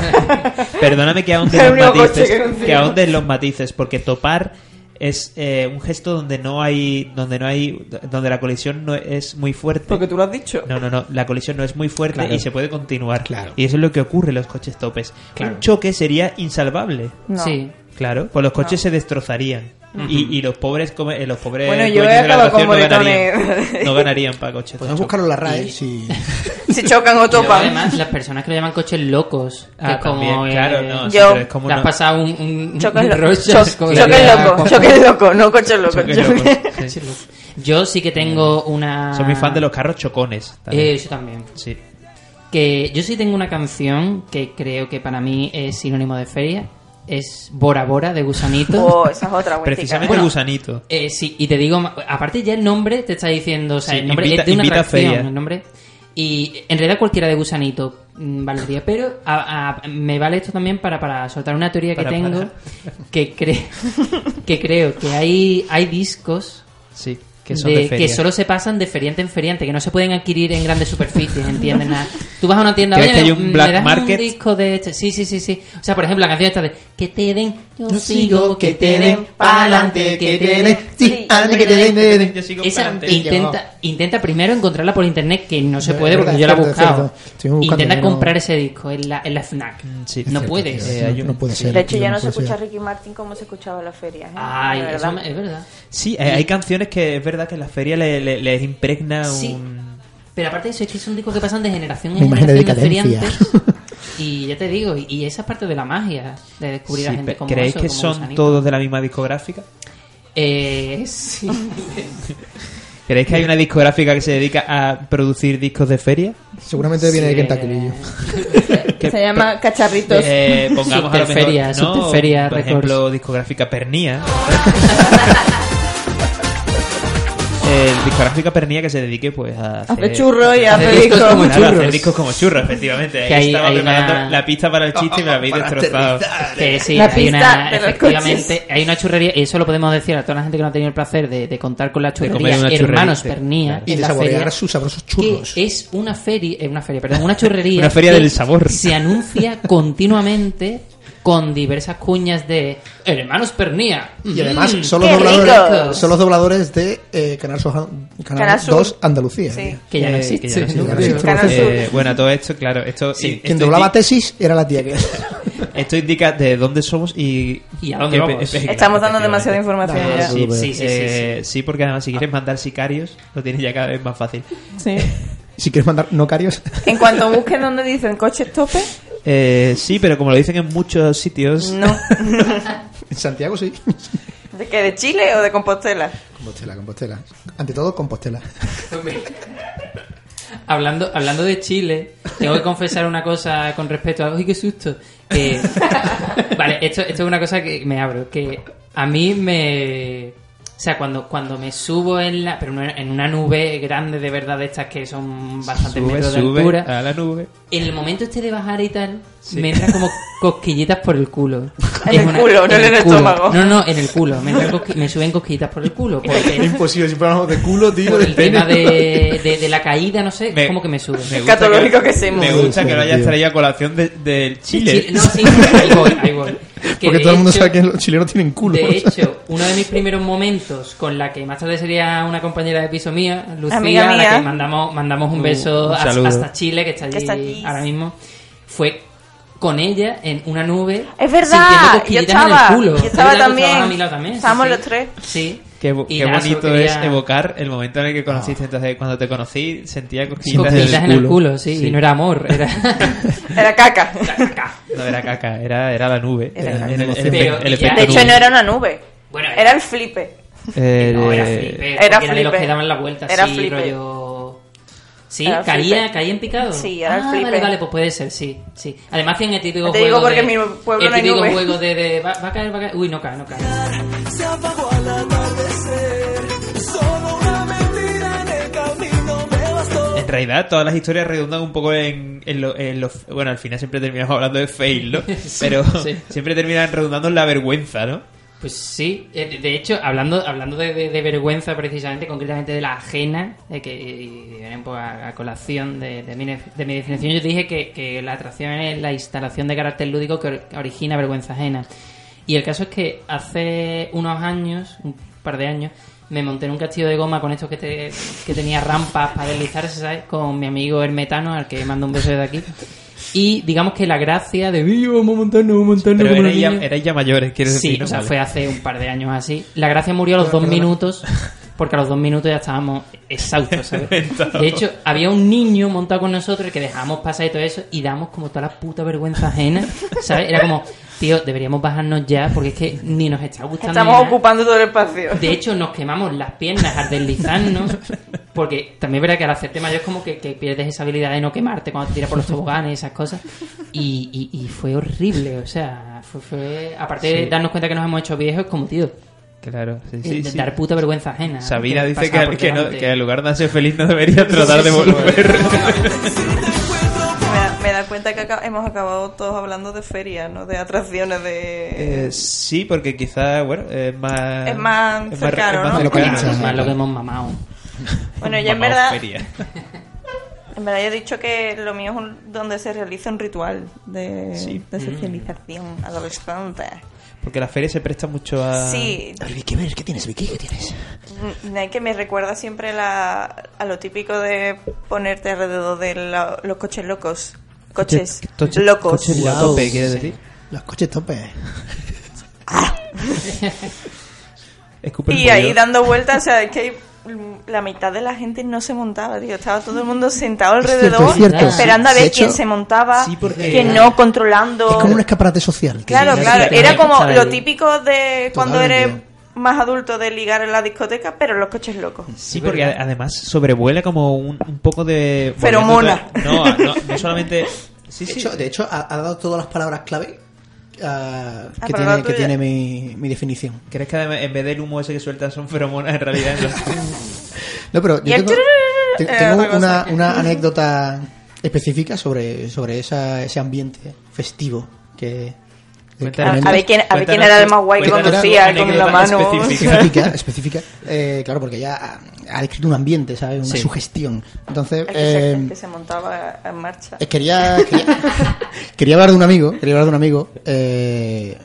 (laughs) Perdóname que
(laughs)
ahonde
El
en los
único coche
matices,
que no tiene.
que ahonde en los matices, porque topar es eh, un gesto donde no hay, donde no hay, donde la colisión no es muy fuerte.
Porque tú lo has dicho.
No, no, no, la colisión no es muy fuerte
Claro.
y se puede continuar.
Claro.
Y eso es lo que ocurre en los coches topes.
Claro.
Un choque sería insalvable.
No.
Sí.
Claro, pues los coches se destrozarían. Y, y los pobres come- eh, los pobres
Mm. Bueno, yo he
dueños de la
acabado con
locación no
moretones.
ganarían, no ganarían para
(laughs)
coches.
Pues
Podemos
de
buscarlo en la RAE.
Y-
Si...
Si chocan o
Pero
topan.
además, las personas que lo llaman coches locos. que
Ah,
es como,
también,
eh,
claro,
yo-
no, sí, pero es como
te has
una- (laughs)
pasado un, un,
Choques
un
lo-
Rorschach,
cho-
como
choques
diría
loco,
Juanma.
choques loco, no coches locos.
choques
choques-
locos, sí. (laughs)
Coches locos. Yo sí que tengo una...
Soy muy fan de los carros chocones. también.
Ah. Eh, yo también.
Sí.
Que yo sí tengo una canción que creo que para mí es sinónimo de feria. Es Bora Bora de Gusanito.
(laughs) (laughs) Oh, esa es otra buena
Precisamente
Bueno,
gusanito.
Eh, sí, y te digo, ma- aparte ya el nombre te está diciendo, o sea,
Sí,
el nombre
invita-
es de una
invita a
atracción,
feria.
el nombre. Y en realidad cualquiera de gusanito mm, valdría, pero a- a- me vale esto también para, para soltar una teoría
Para-
que tengo,
para.
que creo que creo (laughs) que hay, hay discos
Sí, que son
de-
de, feria.
que solo se pasan de feriante en feriante, que no se pueden adquirir en grandes superficies, ¿entiendes? Nada. Tú vas a una tienda,
¿Crees
oye,
que hay
me-
un
me
black
das
market?
un disco de este. Sí, sí, sí, sí. O sea, por ejemplo, la canción esta de Que te den, (laughs) yo sigo, que te den, pa'lante, que te den.
sí, adelante, que te den, de- de-
(laughs) Yo sigo
Esa
pa'lante.
intenta, intenta primero encontrarla por internet, que no se
Es
puede porque
verdad,
yo la he
es cierto, es
buscado.
cierto. Estuvimos buscando,
Intenta
yo no-
comprar ese disco en la, en la FNAC.
sí, es
no
cierto,
puedes.
tío. Eh, hay
no,
un-
no puede ser.
De hecho,
tío,
ya
no
no se
puede ser.
escucha a Ricky Martin como se escuchaba en la feria. ¿eh?
Ay,
De
eso
verdad.
me- es verdad.
Sí, eh, hay canciones que es verdad que en la feria le- le- les impregna
Sí.
un...
Pero aparte de eso, es que son discos que pasan de generación en
Me imagino
generación
de
de feriantes.
decadencia.
Y ya te digo, y- y esa es parte de la magia de descubrir a
Sí,
gente
pe-
como
¿Creéis
eso,
que
como
son
Gusanito.
todos de la misma discográfica?
Eh, sí.
¿Creéis que hay una discográfica que se dedica a producir discos de feria?
Seguramente viene de
Sí,
Kentucky.
eh,
Que-
Se llama Cacharritos. (laughs)
eh, pongamos a lo mejor,
Subterferia,
¿no?
Subterferia
Por
Records.
ejemplo, discográfica Pernía. Eh, discográfica Pernía que se dedique pues a
Hace
hacer
churro y hace
discos
disco.
como
Claro,
churros.
hacer discos como churros, efectivamente. Ahí
Que hay-
estaba
hay una-
preparando la pista
(laughs)
para el chiste y me la habéis destrozado.
Que sí,
La
hay
pista
una,
de los
efectivamente, hay una churrería, y eso lo podemos decir a toda la gente que no ha tenido el placer de, de contar con la churrería
comer una churrería,
Hermanos
sí.
Pernía
Claro.
Y
en
de
la feria,
saborear sus sabrosos
que
churros.
es una feria, eh, una feria, perdón, una churrería.
(laughs) Una feria
que
del sabor.
Se anuncia continuamente con diversas cuñas de Hermanos Pernía.
Y además
Mm,
son los,
qué rico.
dobladores, son los dobladores de eh, Canal, Sur, Canal,
Canal Sur.
2 Andalucía.
Sí.
que ya no
Eh,
existe.
que ya no
Sí,
existe.
ahora sí,
Canal
estamos haciendo-
Eh, bueno, todo esto, claro, esto,
Sí,
esto
quien
indi-
doblaba tesis era la tía que...
(laughs) esto indica de dónde somos y,
Y a dónde
qué-
vamos.
qué-
Estamos dando
efectivamente.
demasiada información
Dale,
ya.
sí.
Ah, Sí,
Sí, sí, sí,
eh, sí, porque además si quieres mandar sicarios lo tienes ya cada vez más fácil.
Sí.
Si quieres mandar nocarios,
(laughs) En cuanto busques donde dicen coches tope,
Eh, sí, pero como lo dicen en muchos sitios.
no.
en Santiago sí.
¿De qué? ¿De Chile o de Compostela?
Compostela, Compostela. Ante todo, Compostela.
Hablando, hablando de Chile, tengo que confesar una cosa con respecto a... ¡Uy, qué susto! Que- vale, esto, esto es una cosa que me abro, que a mí me... O sea, cuando, cuando me subo en la... Pero no en en una nube grande de verdad de estas que son bastantes
Sube,
metros de
sube
altura...
ah.
a la nube.
En el momento este de bajar y tal, me entran
(laughs)
como cosquillitas por el culo.
En
Es
el culo, no en el
culo.
estómago.
No, no, en el culo. Me, entran cosqui- me suben cosquillitas por el
(laughs)
culo.
Es
Porque
imposible, siempre hablamos de culo, tío,
por
de
el tema
pene.
de, de- de la caída, no sé,
Me-
como que me suben.
me gusta
Catológico que se
Me
mueve.
gusta que lo hayas
Tío.
traído a colación de- del Chile.
Sí, No, sí, ahí voy, ahí voy. Que
Porque
de
todo el mundo
hecho-
sabe que los chilenos tienen culo.
De hecho, uno de mis primeros momentos con la que más tarde sería una compañera de piso mía, Lucía,
Amiga
a la que
mía.
mandamos, mandamos un beso
Uh, un
hasta-
saludo.
hasta Chile, que está allí,
Que está allí.
ahora mismo, fue con ella en una nube.
Es verdad,
sintiendo
yo
cosquillitas en el
estaba,
culo.
yo
Tú
estaba
estabas a
también.
mi lado también, sí,
Estábamos
sí.
los tres.
Sí.
Qué, bo-
Y
qué
nada,
bonito
solo
es
quería
evocar el momento en el que conociste. Entonces, cuando te conocí, sentía cosquillitas Ah. en el
Cosquillas en el culo, sí,
Sí.
y no era amor, era...
(laughs)
(laughs)
Era caca.
No era caca, era, era la nube.
Era
Era
caca.
el, el- el-
Pero
el
ya-
efecto
De hecho,
nube.
no era una nube.
Bueno,
Era el flipe.
Eh,
No, era flipe.
Era
porque Era, de los
flipe.
que daban la vuelta,
Era
sí,
flipe.
rollo... Sí,
Era
caía,
flipe.
caía en picado.
Sí, era
ah,
flipe.
Vale, vale, pues puede ser, sí, sí. Además tienen el típico
Te
juego
digo porque
de,
en mi pueblo
el
no hay
típico
nube.
juego de, de va, va a caer, va a caer. Uy, no cae, no cae.
Se apagó al atardecer. Solo una mentira en el camino me bastó.
En realidad, todas las historias redundan un poco en, en lo, en lo- Bueno, al final siempre terminamos hablando de fail,
(laughs)
¿no?
Sí,
Pero
sí.
siempre terminan redundando en la vergüenza, ¿no?
Pues sí, eh, de- de hecho, hablando, hablando de, de- de vergüenza precisamente, concretamente de la ajena, de que y viene un poco a, a colación de, de mi, def- de mi definición, yo dije que, que la atracción es la instalación de carácter lúdico que or- origina vergüenza ajena. Y el caso es que hace unos años, un par de años, me monté en un castillo de goma con estos que, te- que tenía rampas para deslizarse, ¿sabes? Con mi amigo Hermetano, al que mando un beso de aquí. Y digamos que la gracia de, "Uy, vamos a montarnos, vamos a montarnos.
Pero
como los
erais ya,
niños".
erais ya mayores, quiero
Sí,
decir. ¿no?
o sea,
Vale.
fue hace un par de años así. La gracia murió a los dos minutos, porque a los dos minutos ya estábamos
(laughs)
exhaustos, ¿sabes? De hecho, había un niño montado con nosotros que dejamos pasar y todo eso, y damos como toda la puta vergüenza ajena, ¿sabes? Era como, tío, deberíamos bajarnos ya, porque es que ni nos está gustando. ni
Estamos
nada.
ocupando todo el espacio.
De hecho, nos quemamos las piernas al
(laughs)
deslizarnos, porque también es verdad que al hacerte mayor es como que, que pierdes esa habilidad de no quemarte cuando te tiras por los toboganes y esas cosas. Y, y- y fue horrible, o sea, fue, fue- aparte de
Sí.
darnos cuenta que nos hemos hecho viejos, como tío,
Claro, sí,
eh,
sí.
de
sí.
dar puta vergüenza ajena.
Sabina
que
dice
pasaba
que,
por
que, no,
delante.
que el lugar de ser feliz no debería tratar de
sí,
volver.
Me da, me da cuenta que acá- hemos acabado todos hablando de ferias, ¿no? De atracciones, de...
Eh, sí, porque quizá, bueno, es más...
Es más cercano, ¿no?
De lo que
Ah,
cercano.
piensas.
pues más lo que hemos mamado.
bueno, yo en
Mamao
verdad...
feria.
En verdad yo he dicho que lo mío es un- donde se realiza un ritual de,
Sí. Mm.
de socialización adolescente.
Porque la feria se presta mucho a...
Sí,
¿Qué tienes, Vicky? ¿Qué tienes?
Nike que me recuerda siempre la, a lo típico de ponerte alrededor de la- los coches locos. Coches
Toche-
locos.
coche de a tope, quiere decir.
Los coches tope.
Escupe el
Y ahí
bollo.
dando vueltas, o sea, es que hay- la mitad de la gente no se montaba, tío. Estaba todo el mundo sentado
cierto,
alrededor,
es cierto.
esperando a
De
ver
hecho,
quién se montaba,
sí, porque-
quién no, controlando.
Es como un escaparate social. que-
Claro,
Sí,
claro.
sí, sí,
Era
sí,
como
sí.
lo típico de cuando eres
Totalmente.
más adulto de ligar en la discoteca, pero los coches locos.
Sí, porque a- además sobrevuela como un, un poco de...
Feromona.
No, no,
(laughs)
no solamente... Sí,
De
sí.
hecho, de hecho, ha, ha dado todas las palabras clave ah, que,
palabra
tiene, que
tuya.
tiene mi, mi definición.
¿Crees que además, en vez del humo ese que sueltas son feromonas en realidad? (laughs)
No, pero
Y
yo
el
tengo,
churururu,
te-
eh,
tengo
otra cosa.
una, una anécdota específica sobre, sobre esa, ese ambiente festivo que...
A,
Realmente.
a ver quién, a ver quién
Cuéntanos
era el
tu-
más guay que
cuéntanos tu
conducía con la
anécdota
mano.
específica.
(laughs)
específica, específica. Eh, claro, porque ya ha, ha descrito un ambiente, ¿sabes? Una
Sí.
sugestión. Entonces,
El que, se,
eh,
el que se montaba en marcha.
eh, quería, quería, quería hablar de un amigo, quería hablar de un amigo eh,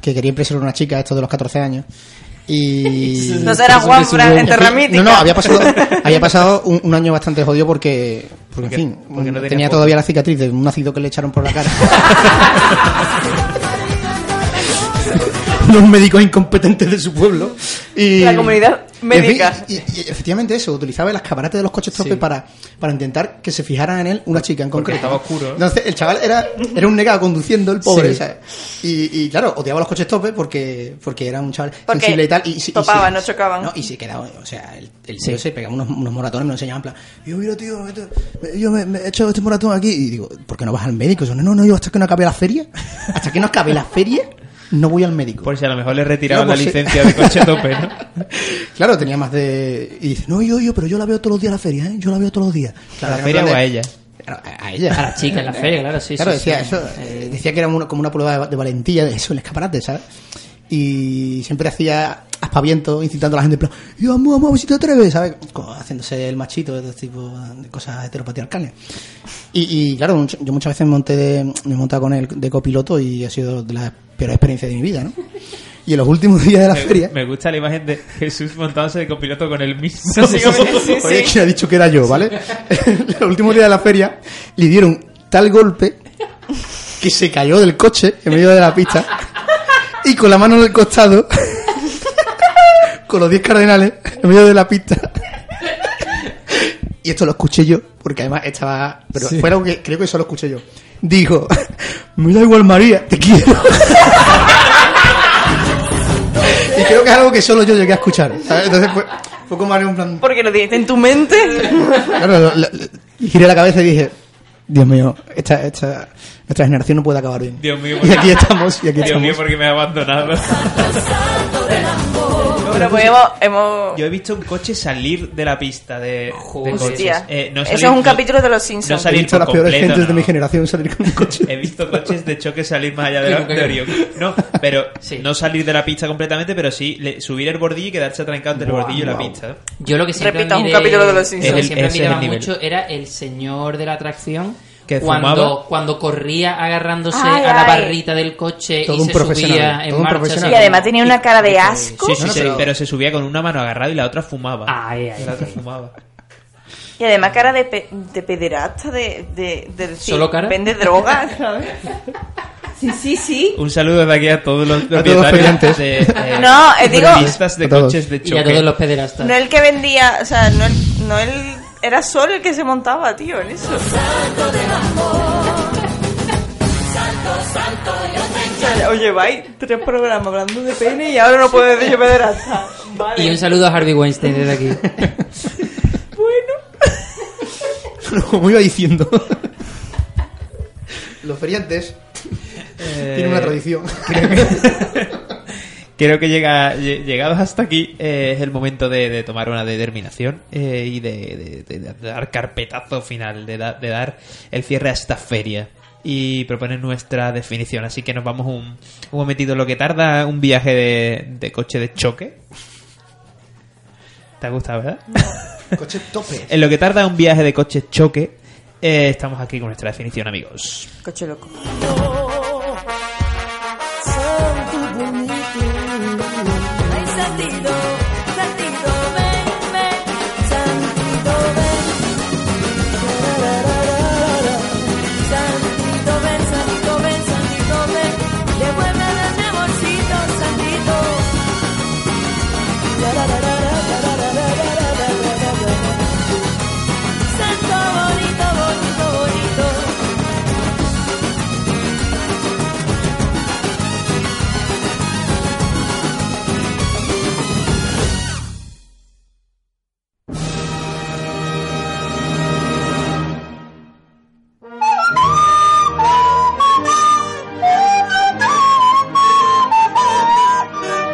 que quería impresionar a una chica, esto de los 14 años. Y...
(laughs) No será Juan Fran en Terramítica.
No, no, había pasado, había pasado un, un año bastante jodido porque, porque,
Porque-
en fin,
porque no tenía
tenía,
foto.
todavía la cicatriz de un ácido que le echaron por la
(laughs)
cara.
Eh.
(laughs)
Los médicos incompetentes de su pueblo. Y
La comunidad
Me
En fin,
digas.
Y, y efectivamente eso, utilizaba el escaparate de los coches tope
Sí.
para, para intentar que se fijaran en él una chica en
Porque
concreto.
estaba oscuro, ¿eh?
Entonces el chaval era, era un negado conduciendo, el pobre,
Sí.
¿sabes? Y, y, claro, odiaba los coches tope porque, porque era un chaval
Porque
sensible y tal. Y, se- y
topaban,
se-
no chocaban.
No, y se quedaba, o sea, el, el tío se pegaba unos, unos moratones, me lo enseñaba en plan, yo mira tío, esto- yo me, me he hecho este moratón aquí. Y digo, ¿por qué no vas al médico? Y yo, no, no, yo hasta que no acabe la feria, (laughs) hasta que no acabe la feria, no voy al médico.
Por si a lo mejor le retiraban
No, pues
la
sí.
licencia de coche tope,
(laughs)
¿no?
(laughs) Claro, tenía más de. Y dice, no, yo, yo, pero yo la veo todos los días a la feria, ¿eh? Yo la veo todos los días.
¿A
Claro,
la
era
feria
en
o
plan
a
de-
ella?
Claro, a a ella.
A la chica en la feria, claro, sí,
Claro,
sí,
decía,
sí.
Eso, eh, decía que era una- como una prueba de- de valentía, de eso, el escaparate, ¿sabes? Y siempre hacía aspaviento, incitando a la gente, en plan, yo vamos, vamos, a ver si te atreves, ¿sabes? Como haciéndose el machito, este tipo de cosas heteropatriarcales. Y, y, claro, mucho- yo muchas veces monté de- me he montado con él de copiloto y ha sido de las peores experiencias de mi vida, ¿no? Y en los últimos (laughs) días de la feria...
Me, me gusta la imagen de Jesús montándose de copiloto con el mismo.
(laughs)
(laughs)
sí,
Oye,
sí.
¿quién ha dicho que era yo, vale? (laughs) el último día de la feria le dieron tal golpe que se cayó del coche en medio de la pista y con la mano en el costado, (laughs) con los 10 cardenales en medio de la pista. Y esto lo escuché yo, porque además estaba. Pero fue algo que creo que eso lo escuché yo. Dijo: (laughs) Me da igual, María, te quiero. (laughs) y creo que es algo que solo yo llegué a escuchar. ¿sabes? Entonces fue, fue como algo en plan.
Porque lo dijiste en tu
(laughs)
mente.
Claro, lo- lo- lo- giré la cabeza y dije, Dios mío, esta, esta, nuestra generación no puede acabar bien.
Dios mío,
(laughs) y
porque-
aquí estamos, y aquí
Dios
estamos.
mío, porque me ha
(laughs)
abandonado.
Pero pues hemos... hemos-
Yo he visto un coche salir de la pista de, de
Joder.
coches.
Hostia.
Eh, no
Eso
salir-
es un
no-
capítulo de Los Simpsons.
No
He
salir
visto a las
por
peores
completo,
gentes de
no.
mi generación salir con un coche.
(laughs)
(laughs)
He visto coches de choque salir más allá de, la- de Orión. No, pero
(laughs) Sí.
no salir de la pista completamente, pero sí le- subir el bordillo y quedarse atrancado entre el bordillo y la pista.
Yo lo que siempre
Repito, un
miré-
capítulo de Los Simpsons.
lo que
Es el-
siempre
ese es
miraba
el nivel.
mucho era el señor de la atracción
Que
cuando,
fumaba.
cuando corría agarrándose
Ay,
a la
ay.
barrita del coche
Todo
y
un
se
profesional,
subía en
todo un
marcha.
profesional.
Y además tenía una cara de asco.
Sí, sí,
No, no,
sí,
pero-
pero se subía con una mano agarrada y la otra fumaba.
Ay, ay,
Y la (laughs) otra
ay.
fumaba.
Y además cara de, pe- de pederasta, de, de, del
¿Solo cara?
Vende
(laughs)
drogas, ¿sabes? Sí, sí, sí.
Un saludo desde aquí a todos los
los
propietarios
clientes.
de eh,
No, eh, digo-
revistas de
A todos.
coches de
Y a todos
choque.
los pederastas.
No el que vendía, o sea, no el... No el era solo el que se montaba, tío, en eso. Oye, vais tres programas hablando de pene y ahora no puedo decir yo pederasta. Vale.
Y un saludo a Harvey Weinstein desde aquí.
Como iba diciendo. Los feriantes
Eh,
tienen una tradición.
Creo que llega, lle- llegados hasta aquí eh, es el momento de, de tomar una determinación eh, y de, de- de- de dar carpetazo final, de, da- de dar el cierre a esta feria y proponer nuestra definición. Así que nos vamos un, un momentito, lo que tarda un viaje de, de coche de choque. ¿Te ha gustado, verdad?
coche tope.
en lo que tarda un viaje de coche choque, eh, estamos aquí con nuestra definición, amigos.
Coche loco.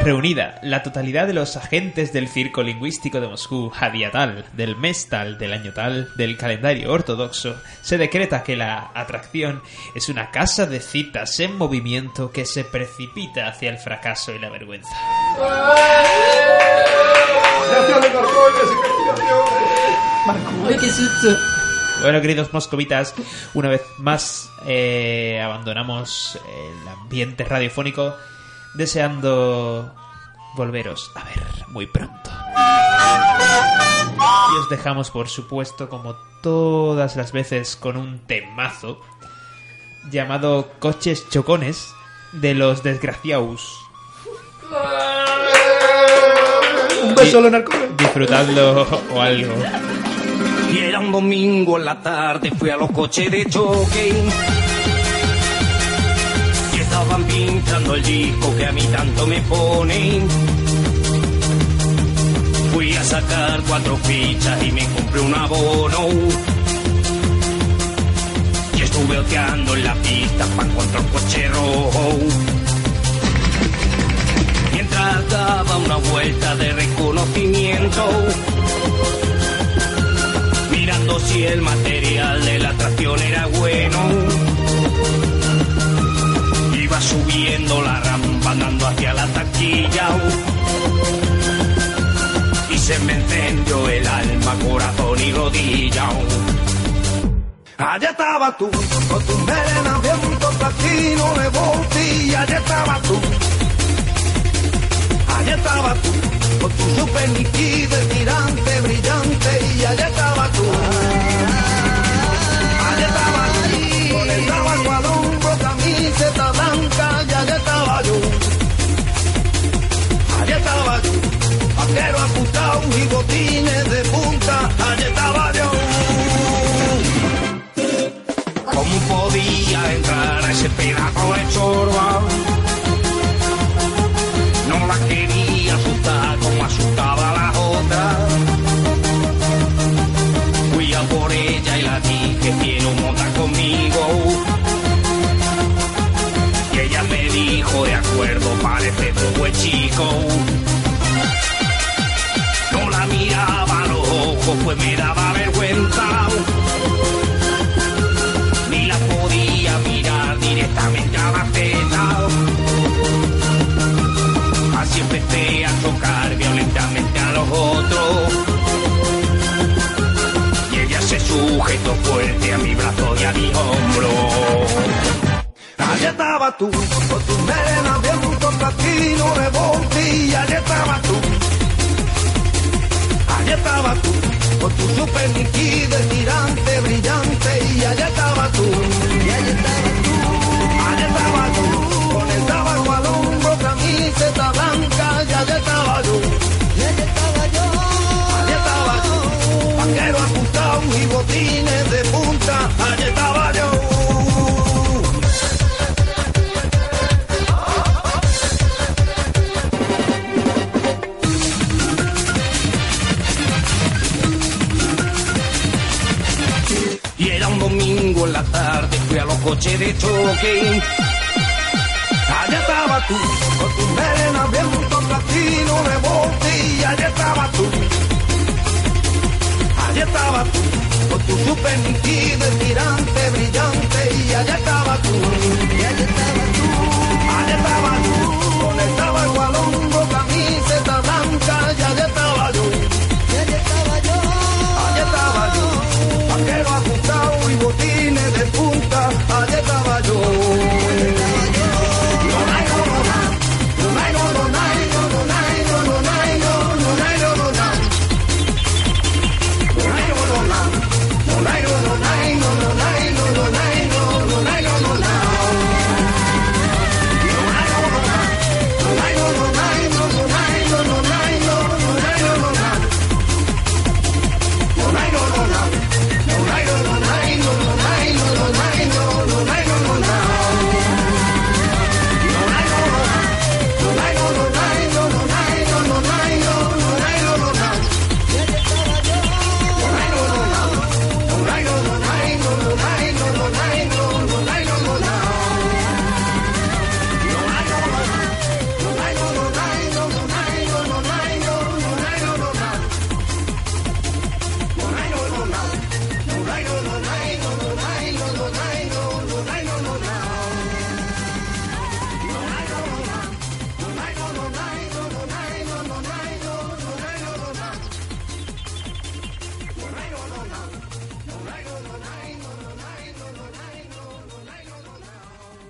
Reunida la totalidad de los agentes del circo lingüístico de Moscú, Jadiatal, del mes tal, del año tal, del calendario ortodoxo, se decreta que la atracción es una casa de citas en movimiento que se precipita hacia el fracaso y la vergüenza.
Uy, qué susto.
Bueno, queridos moscovitas, una vez más eh, abandonamos el ambiente radiofónico deseando volveros a ver muy pronto. Y os dejamos, por supuesto, como todas las veces, con un temazo llamado Coches Chocones de los Desgraciaus.
Un beso a los narcomen.
Disfrutadlo o algo.
Y era un domingo en la tarde, fui a los coches de choque. Y estaban pintando el disco que a mí tanto me ponen. Fui a sacar cuatro fichas y me compré un abono. Y estuve oteando en la pista para encontrar un coche rojo. Mientras daba una vuelta de reconocimiento mirando si el material de la atracción era bueno. Iba subiendo la rampa andando hacia la taquilla. Y se me encendió el alma, corazón y rodilla. Allá estaba tú, con tu melena bien con platino de volti. Allá estaba tú, allá estaba tú, con tu super nítido y tirante, brillante, y allá estaba tú. Allá estaba tú, con el tabaco al hombro, camiseta blanca, y allá estaba yo. Allá estaba yo, vaquero ajustado y botines de punta, allá estaba yo. ¿Cómo podía entrar ese pedazo de chorba? No la quería asustar como asustaba a las otras. Fui a por ella y la dije, quiero montar conmigo. Y ella me dijo, de acuerdo, parece tu buen chico. No la miraba a los ojos, pues me daba vergüenza. Ni la podía mirar directamente a la teta. Así empecé a chocar violentamente a los otros. Y ella se sujetó fuerte a mi brazo y a mi hombro. Allá estaba tú, con tu melena bien con platino de Volti. Y Allá estaba tú, allá estaba tú, con tu super líquido estirante, brillante. Y allá estaba tú, y allá estaba tú, allá estaba tú, con el tabaco al hombro, camiseta blanca. Y allá estaba yo, y allá estaba yo, allá estaba yo, vaquero ajustado y botines de punta. Allá estaba yo. Y era un domingo en la tarde, fui a los coches de choque. Allá estaba tú, con tu melena bien con platino rebote. Y allá estaba tú, allá estaba tú, con tu super nítido estirante, brillante. Y allá estaba tú, y allá estaba tú, allá estaba tú, con el tabaco al hombro, camiseta blanca. Y allá estaba yo, y allá estaba yo, allá estaba yo vaquero ajustado y botines de punta, allá estaba yo.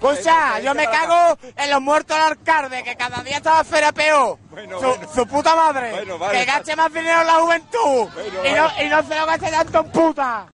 Escucha, yo me cago en los muertos del alcalde, que cada día estaba fera peor. su, su puta madre. que gaste más dinero en la juventud. y, no, y no se lo gaste tanto en puta.